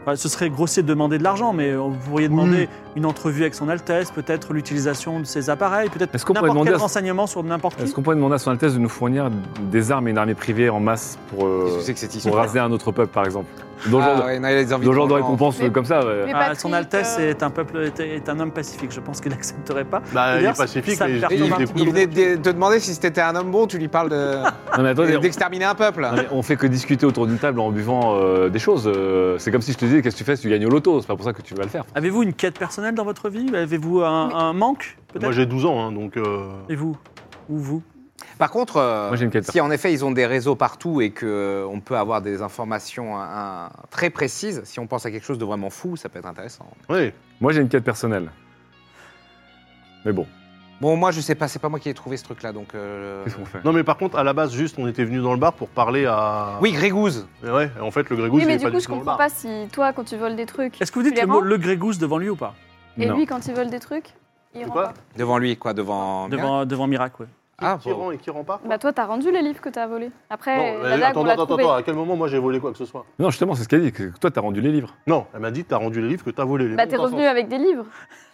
S1: enfin, ce serait grossier de demander de l'argent, mais euh, vous pourriez demander une entrevue avec Son Altesse, peut-être l'utilisation de ses appareils, peut-être
S3: Est-ce qu'on pourrait
S1: n'importe
S3: demander
S1: quel
S3: à-
S1: renseignement sur n'importe qui.
S3: Est-ce qu'on pourrait demander à son Altesse de nous fournir des armes et une armée privée en masse pour, euh,
S2: Qu'est-ce que c'est que cette
S3: pour
S2: histoire
S3: raser un autre peuple, par exemple Dans le genre
S2: Ah
S3: de-
S2: ouais, non, il a des envies
S3: dans le genre de
S2: vengeance.
S3: récompense
S4: Mais-
S3: euh, comme
S2: *laughs*
S3: ça ouais.
S4: mais-
S1: Ah,
S4: Patrick,
S1: son Altesse
S4: euh,
S1: est un peuple est, est un homme pacifique. Je pense qu'il *laughs* n'accepterait pas.
S5: Bah, il
S1: D'ailleurs,
S5: est pacifique,
S1: ça
S5: mais
S1: perd
S5: il
S2: Et
S1: ton
S5: il
S2: il,
S1: vingt-
S5: est
S2: il venait de te demander si c'était un homme bon, tu lui parles de-
S3: Non, mais attendez, on-
S2: d'exterminer un peuple.
S3: non, mais on fait que discuter autour d'une table en buvant euh, des choses. euh, c'est comme si je te disais qu'est-ce que tu fais si tu gagnes au loto, c'est pas pour ça que tu vas le faire.
S1: Avez-vous une quête personnelle dans votre vie Avez-vous un,
S4: Mais-
S1: un manque peut-être
S5: Moi j'ai 12 ans, hein, donc. euh,
S1: Et vous Ou vous
S2: Par contre, euh,
S3: Moi, j'ai une quête
S2: si en effet ils ont des réseaux partout et que euh, on peut avoir des informations hein, hein, très précises, si on pense à quelque chose de vraiment fou, ça peut être intéressant.
S5: Ouais.
S3: Moi j'ai une quête personnelle. Mais bon,
S2: Bon, moi je sais pas, c'est pas moi qui ai trouvé ce truc-là, donc. euh,
S3: qu'est-ce qu'on fait
S5: Non, mais par contre, à la base, juste, on était venu dans le bar pour parler à.
S2: Oui, Grégouze.
S5: Mais Ouais, en fait, le Grégousse,
S4: Oui,
S5: il
S4: mais
S5: est
S4: du
S5: pas
S4: coup,
S5: du
S4: je
S5: tout dans le
S4: comprends
S5: bar.
S4: pas si toi, quand tu voles des trucs,
S1: Est-ce que vous dites
S4: Tu les
S1: le mot
S4: rends
S1: le Grégousse devant lui ou pas
S4: et
S3: Non.
S4: lui, quand il vole des trucs, il
S5: De
S4: rend
S5: quoi
S4: pas.
S2: Devant lui, quoi, devant.
S1: devant devant Mirac ouais.
S2: Ah,
S5: qui
S2: bon.
S5: rend et qui rend pas
S4: Bah, toi, t'as rendu les livres que t'as volés. Après,
S5: Non,
S4: la
S5: mais
S4: dague, on
S5: attends,
S4: l'a
S5: attends,
S4: trouvée.
S5: attends, à quel moment moi j'ai volé quoi que ce soit
S3: Non, justement, c'est ce qu'elle dit. que toi, t'as rendu les livres.
S5: Non, elle m'a dit t'as rendu les livres que t'as volé. Les
S4: Bah,
S5: bons,
S4: t'es
S5: t'as
S4: revenu
S5: sorti.
S4: avec des
S2: Et
S4: livres.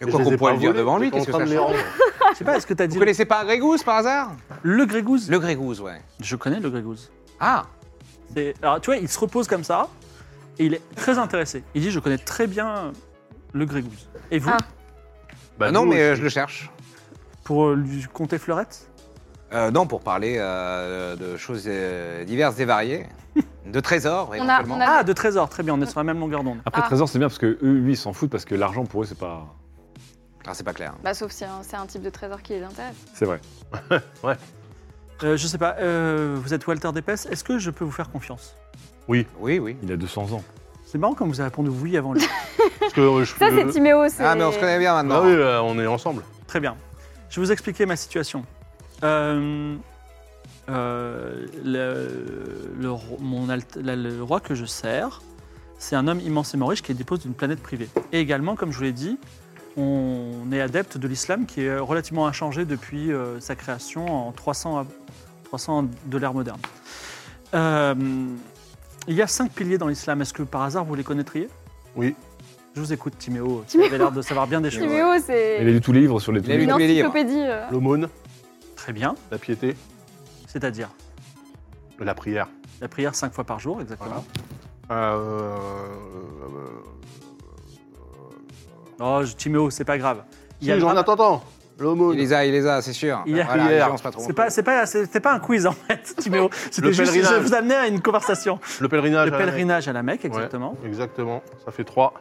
S5: Je
S2: quoi
S5: les
S2: qu'on
S5: ai
S2: pourrait
S5: pas
S2: le dire
S5: volés,
S2: devant lui,
S5: j'étais en
S2: qu'est-ce que
S5: train
S2: ça
S5: de les
S2: change
S5: rendre.
S1: Je sais pas, est-ce que t'as dit
S2: Vous connaissez pas Grégouze par hasard
S1: le Grégousse
S2: Le Grégouze, ouais.
S1: Je connais le Grégousse.
S2: Ah
S1: C'est- Alors, tu vois, il se repose comme ça et il est très intéressé. Il dit Je connais très bien le Grégouze. Et vous,
S4: Ah.
S5: Bah,
S2: Non,
S5: nous,
S2: mais euh,
S5: aussi.
S2: je le cherche.
S1: pour euh, lui compter fleurette
S2: Euh, non, pour parler euh, de choses euh, diverses et
S3: *laughs*
S2: variées, de trésors,
S4: a-
S2: éventuellement.
S4: on a-
S1: Ah, de trésor, très bien, on est sur la même longueur d'onde.
S3: Après,
S4: Ah.
S3: Trésor, c'est bien parce que eux, lui, ils s'en foutent parce que l'argent pour eux, c'est pas.
S2: Ah, c'est pas clair.
S4: Bah, sauf si hein, c'est un type de trésor qui les intéresse.
S3: C'est vrai.
S1: Euh, je sais pas, euh, vous êtes Walter Dépès, est-ce que je peux vous faire confiance
S2: Oui, oui.
S3: Il a 200 ans.
S1: C'est marrant comme vous avez répondu oui avant lui.
S5: Parce que, euh, je-
S4: Ça, c'est Timéo. c'est-
S2: Ah, mais on se connaît bien
S5: Ah
S2: maintenant.
S5: oui, euh, on est ensemble.
S1: très bien. Je vais vous expliquer ma situation. Euh, euh, le, le ro- mon alt- la- le roi que je sers, c'est un homme immensément riche qui dépose d'une planète privée. Et également, comme je vous l'ai dit, on est adepte de l'islam qui est relativement inchangé depuis euh, sa création en 300, à- 300 de l'ère moderne. Euh, il y a cinq piliers dans l'islam. Est-ce que par hasard vous les connaîtriez
S5: Oui.
S1: Je vous écoute, Timéo. Tu avez l'air de savoir bien des choses.
S4: Timéo,
S3: Il a
S4: c'est
S3: lu tous les livres sur les.
S2: Il a lu
S4: une
S2: tous les livres.
S4: encyclopédie. euh.
S5: L'aumône,
S1: Très bien.
S5: la piété,
S1: C'est-à-dire
S5: la prière.
S1: la prière cinq fois par jour, exactement.
S5: Euh,
S1: Oh, je- Timéo, c'est pas grave. Il y a
S5: Si, j'en
S1: grave-
S5: attends, attends.
S2: Il
S5: L'aumône,
S2: les a, il les a, c'est sûr.
S1: Il y a-
S2: Voilà,
S5: Hier.
S2: les gens, c'est pas trop
S1: C'est
S2: bon.
S1: pas, c'est pas, c'était pas un quiz en
S5: *laughs*
S1: fait, Timéo. C'était
S5: Le
S1: juste je
S5: pèlerinage. Ah,
S1: vous amenais à une conversation.
S5: le pèlerinage.
S1: Le
S5: à la Mecque.
S1: pèlerinage à la Mecque, exactement.
S5: Ouais, exactement, ça fait trois.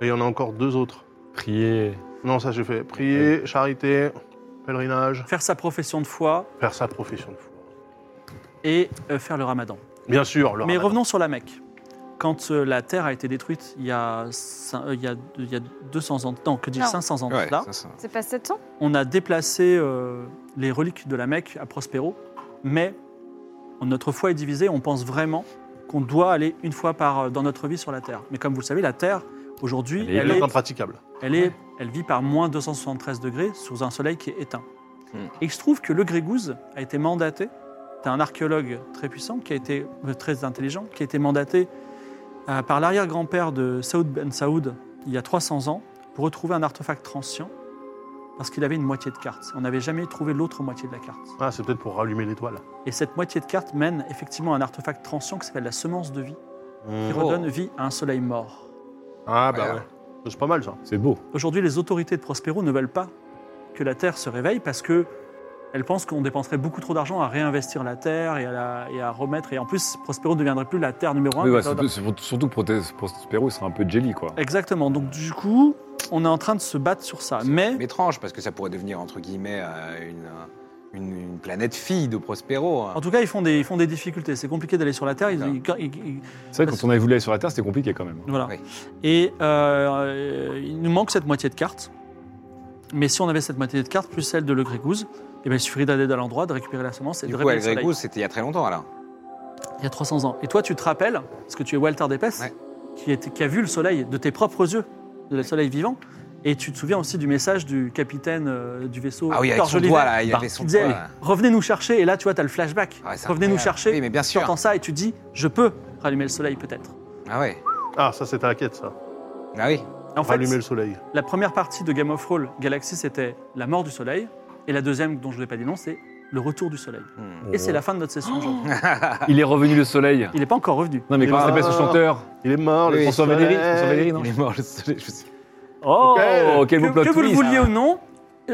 S5: Et il y en a encore deux autres.
S3: Prier.
S5: Non, ça j'ai fait. Prier, charité, pèlerinage,
S1: Faire sa profession de foi
S5: faire sa profession de foi.
S1: et euh, faire le Ramadan.
S5: Bien sûr, le
S1: Mais
S5: ramadan.
S1: revenons sur la Mecque. Quand euh, la terre a été détruite il y a, cin- euh, il y a, il y a 200 ans, non, que dis-je,
S4: Non.
S1: 500 ans de
S2: Ouais,
S1: là,
S2: ça, ça.
S4: C'est pas 700
S1: on a déplacé euh, les reliques de la Mecque à Prospero, mais notre foi est divisée, on pense vraiment qu'on doit aller une fois par, euh, dans notre vie sur la Terre. Mais comme vous le savez, la Terre, aujourd'hui,
S3: Elle est
S1: elle,
S5: Il est
S1: est-
S5: impraticable.
S1: elle est- elle vit par moins 273 degrés sous un soleil qui est éteint.
S2: Hmm.
S1: Et il se trouve que le Grégouze a été mandaté, c'est un archéologue très puissant, qui a été, euh, très intelligent, qui a été mandaté euh, par l'arrière-grand-père de Saoud Ben Saoud il y a 300 ans pour retrouver un artefact transient parce qu'il avait une moitié de carte. On n'avait jamais trouvé l'autre moitié de la carte.
S5: Ah, c'est peut-être pour rallumer l'étoile.
S1: Et cette moitié de carte mène effectivement à un artefact transient qui s'appelle la semence de vie, qui
S5: Mmh.
S1: redonne vie à un soleil mort.
S5: Ah bah
S2: Voilà.
S5: ouais. C'est pas mal ça.
S3: C'est beau.
S1: Aujourd'hui, les autorités de Prospero ne veulent pas que la Terre se réveille parce que elles pensent qu'on dépenserait beaucoup trop d'argent à réinvestir la Terre et à, la- et à remettre. Et en plus, Prospero ne deviendrait plus la Terre numéro un. euh,
S3: Oui,
S1: mais
S3: ouais,
S1: ça-
S3: c'est- c'est- surtout pour Prospero, il sera un peu jelly, quoi.
S1: Exactement. Donc du coup, on est en train de se battre sur ça. Mais
S2: Mais étrange, parce que ça pourrait devenir, entre guillemets, euh, une, euh, une, une planète fille de Prospero. hein.
S1: en tout cas, ils font des, ils font des difficultés. C'est compliqué d'aller sur la Terre. Ils- ils- ils- ils-
S3: C'est vrai, quand on avait voulu aller sur la Terre, c'était compliqué quand *laughs* même.
S1: Voilà.
S2: Oui.
S1: Et euh, il nous manque cette moitié de carte. Mais si on avait cette moitié de carte plus celle de Le Grégouze, eh ben, il suffirait d'aller dans l'endroit, de récupérer la semence et
S2: du
S1: de
S2: coup,
S1: réveiller
S2: El
S1: le soleil.
S2: Grégouze, c'était il y a très longtemps, alors.
S1: Il y a 300 ans. Et toi, tu te rappelles, parce que tu es Walter Dépès,
S2: Ouais.
S1: qui, était- qui a vu le soleil de tes propres yeux, le soleil vivant, Et tu te souviens aussi du message du capitaine euh, du vaisseau
S2: Ah oui, avec
S1: Hector
S2: son
S1: Jolivet,
S2: doigt, là, il
S3: Bah,
S2: avait son
S1: qui disait
S2: doigt. là.
S1: Revenez nous chercher. Et là, tu vois, tu as le flashback.
S2: Ah ouais, c'est
S1: Revenez nous
S2: incroyable.
S1: chercher.
S2: Oui, mais bien
S1: tu
S2: sûr.
S1: entends ça et tu dis Je peux rallumer le soleil, peut-être.
S2: Ah ouais.
S5: Ah, ça, c'était la quête, ça.
S2: Ah oui.
S1: Et En fait,
S5: Rallumer le soleil.
S1: la première partie de Game of Roll Galaxy, c'était la mort du soleil. Et la deuxième, dont je ne l'ai pas dit non, c'est le retour du soleil.
S2: Hmm.
S1: Et
S5: Oh.
S1: c'est la fin de notre
S2: *laughs*
S1: session aujourd'hui.
S3: Il est revenu le soleil.
S1: Il n'est pas encore revenu.
S3: Non, mais comment
S5: Ah.
S3: s'appelle ce chanteur
S5: Il est mort,
S2: Oui,
S5: le
S3: François
S5: soleil.
S3: Valéry François Valéry, non
S2: Il est mort le soleil. je sais.
S3: Oh,
S5: Ok.
S3: quel beau
S1: que,
S3: plot
S1: que vous le
S3: twist.
S1: vouliez ou non,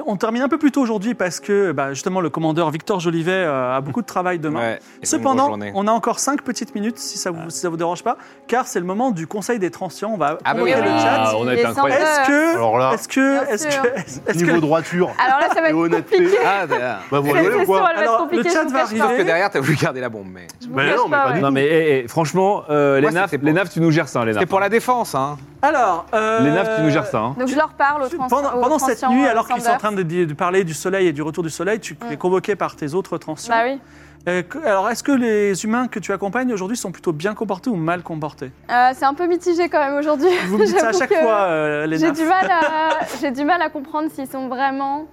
S1: on termine un peu plus tôt aujourd'hui parce que bah, justement le commandeur Victor Jolivet euh, a beaucoup de
S3: *laughs*
S1: travail demain.
S2: Ouais, et bonne
S1: Cependant,
S2: journée.
S1: on a encore 5 petites minutes si ça vous, si ça vous dérange pas, car c'est le moment du conseil des transients. On va
S2: Ah bah oui,
S1: convoquer
S2: ah
S1: le
S3: oui.
S1: chat.
S3: on a été
S4: Les
S3: incroyable.
S4: censeurs.
S1: Est-ce que.
S5: Alors là,
S1: Est-ce que.
S4: Bien
S1: Est-ce
S4: sûr.
S1: que. Est-ce
S5: niveau
S1: que-
S5: droiture
S4: Alors là, Ah, ça va
S5: et
S4: être
S5: honnêteté.
S4: compliqué.
S2: Ah, d'ailleurs.
S5: Bah, vous
S4: Cette
S5: rigolez ou
S4: session,
S5: quoi
S4: elle va
S1: Alors,
S4: être compliquée,
S1: le chat
S4: je vous
S1: va
S4: cache pas.
S1: arriver.
S2: que derrière, t'as voulu garder la bombe, mais.
S4: Je vous
S5: Bah
S4: cache
S5: non, mais pas du
S4: ouais.
S3: Non, mais eh, eh, franchement, euh,
S2: Moi,
S3: les, nafs,
S2: c'était pour-
S3: les nafs, tu nous gères ça, les nafs.
S2: C'est pour la défense, hein.
S1: Alors. euh,
S3: eh, Les nafs, tu nous gères ça. hein.
S4: Donc je leur parle au
S1: tu-
S4: trans-
S1: Pendant,
S4: au
S1: pendant cette
S4: transient,
S1: nuit,
S4: euh,
S1: alors qu'ils sont en
S4: Sanders.
S1: train de, de parler du soleil et du retour du soleil, tu
S4: Mm.
S1: es convoqué par tes autres transients.
S4: Bah oui.
S1: Euh, que- alors, est-ce que les humains que tu accompagnes aujourd'hui sont plutôt bien comportés ou mal comportés
S4: Euh, c'est un peu mitigé quand même aujourd'hui.
S1: Vous me dites ça à
S4: J'avoue
S1: chaque
S4: que
S1: fois, euh, les
S4: J'ai
S1: nafs.
S4: du, mal à, j'ai du mal à comprendre s'ils sont vraiment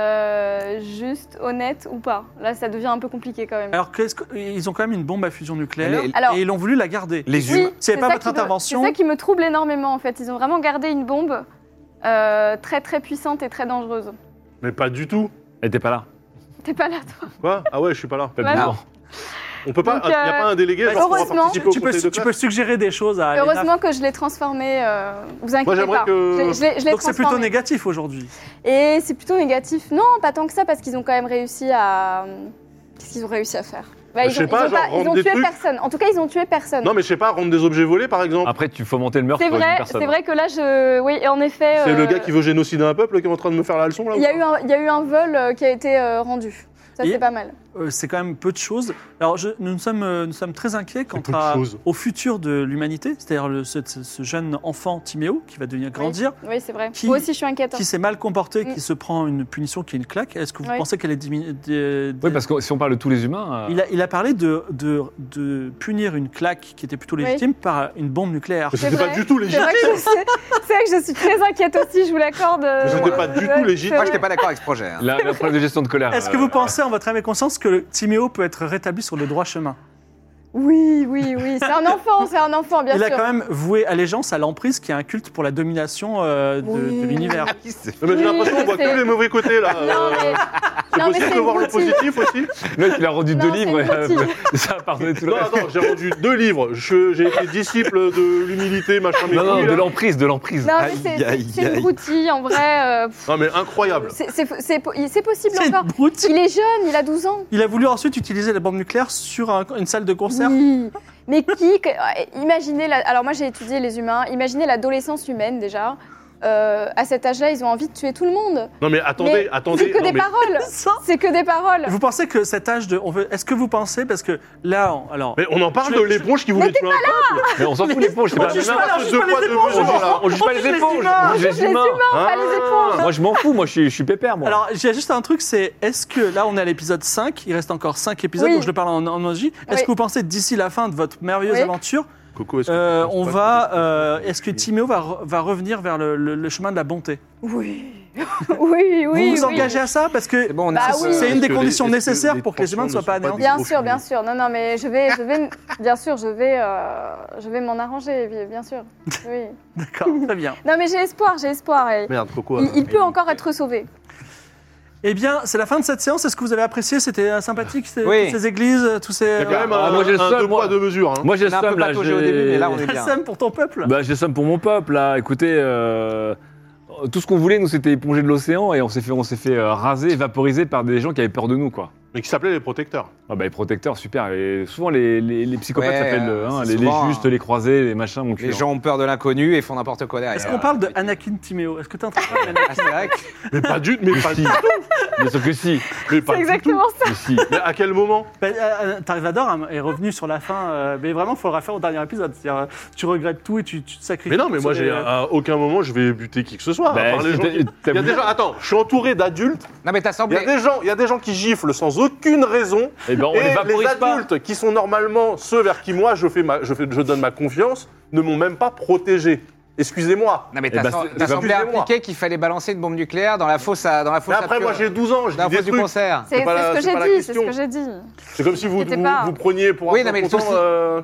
S4: euh, juste honnêtes ou pas. Là, ça devient un peu compliqué quand même.
S1: Alors qu'est-ce que- ils ont quand même une bombe à fusion nucléaire
S2: Les-
S4: Alors-
S1: et ils ont voulu la garder.
S2: Les
S4: Oui,
S2: humains.
S1: C'est pas
S4: ça
S1: votre
S4: qui me-
S1: intervention.
S4: C'est ça qui me trouble énormément en fait. Ils ont vraiment gardé une bombe euh, très très puissante et très dangereuse.
S5: Mais pas du tout.
S3: Elle était pas là.
S4: T'es pas là toi.
S5: Quoi Ah ouais, je suis pas là.
S3: Pas
S4: Voilà.
S3: dedans.
S5: On peut pas.
S4: Donc,
S5: Il n'y a
S4: euh,
S5: pas un délégué.
S1: bah,
S5: genre, pour
S4: heureusement,
S5: participer au
S1: tu, peux,
S5: conseil de
S1: tu
S5: classe
S1: peux suggérer des choses à Ah, les nafs.
S4: Heureusement que je l'ai transformé. euh, vous inquiétez
S5: j'aimerais
S4: pas.
S5: que-
S4: Je l'ai- Je l'ai, je l'ai
S1: Donc c'est plutôt
S4: transformé.
S1: négatif aujourd'hui.
S4: Et c'est plutôt négatif. Non, pas tant que ça parce qu'ils ont quand même réussi à. Qu'est-ce qu'ils ont réussi à faire Bah,
S5: Je
S4: ils
S5: sais
S4: ont,
S5: pas,
S4: ils ont,
S5: genre
S4: ils
S5: rendre
S4: ont
S5: des
S4: tué
S5: trucs.
S4: personne. En tout cas, ils ont tué personne.
S5: Non, mais je sais pas, rendre des objets volés par
S4: Ah.
S5: exemple.
S3: Après, tu fomentais le meurtre
S4: c'est
S3: d'une
S4: vrai,
S3: personne.
S4: c'est vrai que là, je. Oui, et en effet.
S5: C'est
S4: euh,
S5: le gars qui veut génocider un peuple qui est en train de me faire la leçon là ou
S4: Il y, a
S5: quoi
S4: eu un, il y a eu un vol euh, qui a été euh, rendu. Ça,
S1: Et-
S4: c'est pas mal.
S1: Euh, c'est quand même peu de choses. Alors je- nous, sommes, euh, nous sommes très inquiets quant
S5: peu de
S1: à-
S5: choses.
S1: au futur de l'humanité, c'est-à-dire le- ce, ce- ce jeune enfant Timéo qui va devenir grandir,
S4: Oui, c'est vrai.
S1: Qui-
S4: Moi aussi, je suis inquiète. hein.
S1: qui s'est mal comporté,
S4: Mm.
S1: qui se prend une punition qui est une claque. Est-ce que vous
S4: Oui.
S1: pensez qu'elle est diminuée
S3: Oui, parce que si on parle de tous les humains. euh,
S1: Ah. Il a, il a parlé de, de, de punir une claque qui était plutôt
S4: Oui.
S1: légitime par une bombe nucléaire.
S5: Mais
S4: C'est
S5: C'était pas
S4: vrai.
S5: du tout
S4: C'est
S5: légitime.
S4: vrai, que je sais- c'est vrai que je suis très inquiète aussi, je vous l'accorde. euh,
S5: J'étais pas du tout légitime.
S4: c'est
S2: Moi,
S4: vrai.
S2: j'étais pas d'accord avec ce projet. hein.
S3: La, la preuve de gestion de colère.
S1: Est-ce que
S3: euh,
S1: vous pensez en votre âme et conscience que le Timéo peut être rétabli sur le droit chemin
S4: Oui, oui, oui. C'est un enfant, c'est un enfant, bien
S1: Il a
S4: sûr.
S1: quand même voué allégeance à l'emprise qui est un culte pour la domination euh, de,
S4: Oui.
S1: de l'univers.
S2: *laughs* Ah oui, c'est-
S5: Non, mais j'ai l'impression qu'on voit
S4: C'est-
S5: que les mauvais côtés là.
S4: Non, mais,
S5: *laughs* C'est
S4: non, mais
S5: possible
S4: c'est
S5: de voir le
S4: une routine.
S3: *laughs*
S5: positif aussi
S3: L'autre, il a rendu
S4: Non,
S3: deux
S4: c'est
S3: livres.
S4: une routine.
S5: *laughs*
S3: euh, Ça a pardonné tout le
S5: Non,
S3: reste.
S5: attends, j'ai rendu deux livres. Je- J'ai été disciple de l'humilité, machin, mais hein.
S3: Non, non, de l'emprise, de l'emprise.
S4: non, mais c'est- c'est c'est une broutille, en vrai. euh, pff,
S5: Non, mais incroyable.
S4: c'est- c'est c'est po- c'est possible
S1: C'est une
S4: encore.
S1: brute.
S4: Il est jeune, il a 12 ans.
S1: Il a voulu ensuite utiliser la bombe nucléaire sur un- une salle de concert.
S4: Oui. Mais qui que- euh, Imaginez. la- alors moi, j'ai étudié les humains. Imaginez l'adolescence humaine déjà. Euh, à cet âge-là, ils ont envie de tuer tout le monde.
S5: Non, mais attendez,
S4: Mais
S5: attendez.
S4: C'est que
S5: non,
S4: des
S5: mais-
S1: *laughs*
S4: paroles.
S1: Ça
S4: C'est que des paroles.
S1: Vous pensez que cet âge de... on veut- Est-ce que vous pensez, parce que là, on- alors...
S5: mais on en parle
S1: Je-
S5: de l'éponge qui voulait tuer un peuple.
S3: Mais on s'en fout des ponts, je sais
S1: on
S3: pas.
S1: juge
S3: non,
S1: pas,
S5: parce
S1: on
S5: que
S1: juge
S5: deux
S1: pas
S5: poids,
S1: les
S5: deux
S1: éponges.
S5: mesures, là.
S3: On juge pas
S1: juge
S3: les
S1: les
S3: éponges,
S1: humains, Ah.
S3: on juge les humains.
S5: Hein
S4: pas les éponges.
S3: Moi, je m'en fous, moi, je suis, je suis pépère, moi.
S1: Alors, il y a juste un truc, c'est est-ce que là, on est à l'épisode 5, il reste encore 5 épisodes,
S4: Oui.
S1: donc je le parle en en analogie. Est-ce
S4: Oui.
S1: que vous pensez d'ici la fin de votre merveilleuse
S4: Oui.
S1: aventure,
S5: Coco, est-ce que.
S1: euh,
S5: tu penses
S1: on
S5: pas
S1: va.
S5: que-
S1: euh, est-ce que Timéo va, re- va revenir vers le, le- le chemin de la bonté
S4: Oui. *laughs* oui, oui.
S1: Vous vous
S4: oui.
S1: engagez à ça parce que
S2: C'est bon, on
S4: Bah
S2: a.
S4: oui.
S1: c'est une des
S5: Est-ce que
S1: conditions
S5: les- est-ce que
S1: nécessaires
S5: les
S1: pour que les humains ne soient pas
S5: tensions ne
S1: anéantis.
S5: sont pas
S4: Bien
S5: Gros
S4: sûr,
S5: film.
S4: bien sûr. Non, non, mais je vais, je vais, bien sûr, je vais, euh, je vais m'en arranger, bi- bien sûr. Oui.
S1: *laughs* D'accord, très bien.
S4: Non, mais j'ai espoir, j'ai espoir. et
S5: Merde, Coco.
S3: hein.
S4: il, il peut encore être sauvé.
S1: Eh bien, c'est la fin de cette séance. Est-ce que vous avez apprécié C'était euh, sympathique, ces,
S2: Oui.
S1: toutes ces églises, tous ces. euh,
S5: Il y a quand
S1: *laughs*
S5: même
S3: Ah,
S5: un,
S3: moi, j'ai le
S5: un
S3: seum,
S5: deux
S3: moi.
S5: poids, deux mesures. hein.
S3: Moi, j'ai
S2: On a un
S3: somme,
S2: peu
S3: là.
S2: pataugé
S3: j'ai-
S2: au début, mais là, on est bien.
S1: Sam pour ton peuple
S3: Bah, j'ai somme pour mon peuple, là. Écoutez, euh, tout ce qu'on voulait, nous, c'était éponger de l'océan et on s'est fait, on s'est fait euh, raser, vaporiser par des gens qui avaient peur de nous, quoi.
S5: Mais qui s'appelait les protecteurs.
S3: Ah bah, les protecteurs, super. Et souvent, les, les, les psychopathes
S2: Ouais,
S3: s'appellent
S2: euh,
S3: euh, hein,
S2: c'est
S3: les, les
S2: souvent,
S3: justes,
S2: hein.
S3: les croisés, les machins, mon cul.
S2: Les
S3: hein.
S2: gens ont peur de l'inconnu et font n'importe quoi derrière.
S1: Est-ce qu'on parle de Anakin Timéo Est-ce que tu es en train de parler
S2: Ah, c'est vrai que-
S5: Mais pas du mais pas du tout.
S3: Bien sûr que si.
S5: Mais pas
S4: C'est
S5: du
S4: exactement ça.
S3: mais si.
S5: tout. Mais à quel moment
S1: Ben, euh, euh, Tarvador hein, est revenu sur la fin, euh, mais vraiment, il faudra faire au dernier épisode. C'est-à-dire, euh, tu regrettes tout et tu, tu te sacrifies.
S5: Mais non, mais moi,
S1: sur
S5: j'ai
S1: les-
S5: à aucun moment, je vais buter qui que ce soit. à
S3: Bah,
S5: part les gens
S3: t'as-
S5: qui-
S3: t'as
S5: Il y a
S3: voulu-
S5: des gens- Attends, je suis entouré d'adultes.
S2: Non, mais t'as
S5: Il y, a
S2: semblé.
S5: des gens, il y a des gens qui giflent sans aucune raison.
S3: Eh ben, on
S5: et
S3: les
S5: les,
S3: vaporise pas.
S5: adultes qui sont normalement ceux vers qui moi je, fais ma- je, fais- je donne ma confiance ne m'ont même pas protégé. Excusez-moi.
S2: Non, mais
S3: Eh
S2: t'as
S3: ben,
S2: sem-
S3: c'est-
S2: t'as
S3: c'est
S2: semblé
S5: pas-
S2: impliquer qu'il fallait balancer une bombe nucléaire dans la fosse à, dans la fosse
S5: Mais
S2: à
S5: après, moi,
S2: purée.
S5: j'ai 12 ans, je
S2: Dans la
S5: dis des
S2: fosse du
S5: trucs.
S2: concert.
S4: C'est
S5: C'est pas la-
S4: c'est
S5: c'est
S4: ce
S5: pas
S4: que
S5: la
S4: j'ai dit, c'est
S5: question.
S4: ce que j'ai dit.
S5: C'est comme si vous,
S4: C'était
S5: vous,
S4: pas-
S5: vous preniez pour un
S2: Oui, non, mais le
S5: content,
S2: souci-
S5: euh,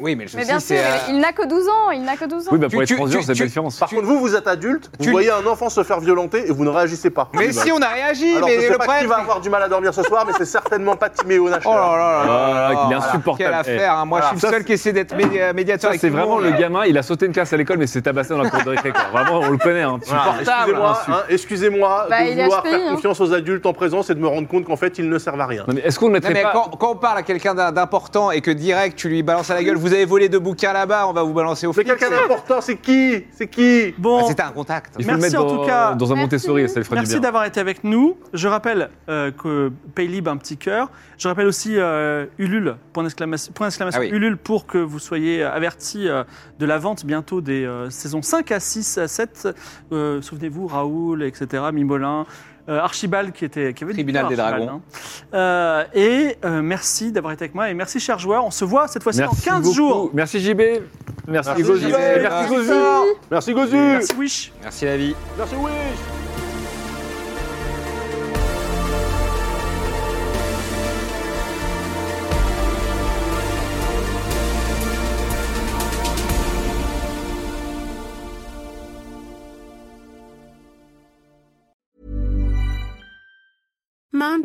S2: Oui, mais le
S4: Mais
S2: souci,
S4: bien sûr,
S2: c'est. euh,
S4: il n'a que 12 ans, il n'a que 12 ans.
S3: Oui, bah pour
S2: Tu-
S3: les
S2: tu-
S3: transgenres,
S2: tu-
S3: c'est
S2: tu-
S3: la différence.
S5: Par contre, vous, vous êtes adulte, vous
S2: Tu-
S5: voyez un enfant se faire violenter et vous ne réagissez pas.
S2: Mais si, on a réagi,
S5: Ah, Alors,
S2: mais
S5: je sais
S2: le
S5: pas qui
S2: problème.
S5: va
S2: c'est-
S5: avoir du mal à dormir ce soir, mais c'est certainement pas Timéo Nacher.
S2: Oh là là là là
S3: Ah,
S2: là
S3: qu'il est
S2: là.
S3: insupportable.
S2: Quelle affaire, hein. moi
S5: Voilà.
S2: je suis
S5: Ah, Ça,
S2: le seul qui essaie d'être médi- médiateur.
S3: Ça,
S2: avec
S3: c'est
S2: tout le
S3: vraiment
S2: monde.
S3: le gamin, il a sauté une classe à l'école, mais c'est tabassé dans la cour de récré. quoi. Vraiment, on le connaît. Hein. Tu
S5: Voilà,
S3: portes-
S5: Excusez-moi, hein, excusez-moi
S4: Bah, il
S5: de
S4: est
S5: vouloir
S4: HPI,
S5: faire
S4: hein.
S5: confiance aux adultes en présence et de me rendre compte qu'en fait, ils ne servent à rien.
S3: Non, mais est-ce qu'on ne
S2: Non,
S3: mettrait
S2: mais
S3: pas.
S2: quand, quand on parle à quelqu'un d'im- d'important et que direct tu lui balances à la gueule, vous avez volé deux bouquins là-bas, on va vous balancer au
S5: Mais
S2: flic.
S5: quelqu'un d'important, c'est qui C'est qui
S1: Bon,
S2: Ah, C'était un contact.
S3: Il faut le
S1: Merci
S3: mettre
S1: en
S3: dans,
S1: tout cas.
S3: dans un
S4: Merci.
S3: Montessori, ça le ferait du
S1: Merci
S3: bien.
S1: d'avoir été avec nous. Je rappelle euh, que Paylib a un petit cœur. Je rappelle aussi euh, Ulule, point d'exclamation, point d'exclamation
S2: Ah oui.
S1: Ulule pour que vous soyez avertis euh, de la vente bientôt des euh, saisons 5 à 6 à 7. Euh, Souvenez-vous, Raoul, etc., Mimolin, euh, Archibald qui, était, qui avait du
S2: Tribunal
S1: cœur,
S2: des
S1: Archibald,
S2: dragons.
S1: hein. Euh, et euh, merci d'avoir été avec moi et merci, chers joueurs. On se voit cette fois-ci dans
S3: Merci
S1: 15
S3: beaucoup.
S1: jours.
S3: Merci JB. Merci
S5: Merci
S3: Gozu.
S5: JB.
S3: Et Merci Gozu.
S5: Merci Gozu
S1: Merci, Wish.
S2: Merci la vie.
S5: Merci Wish
S6: Mom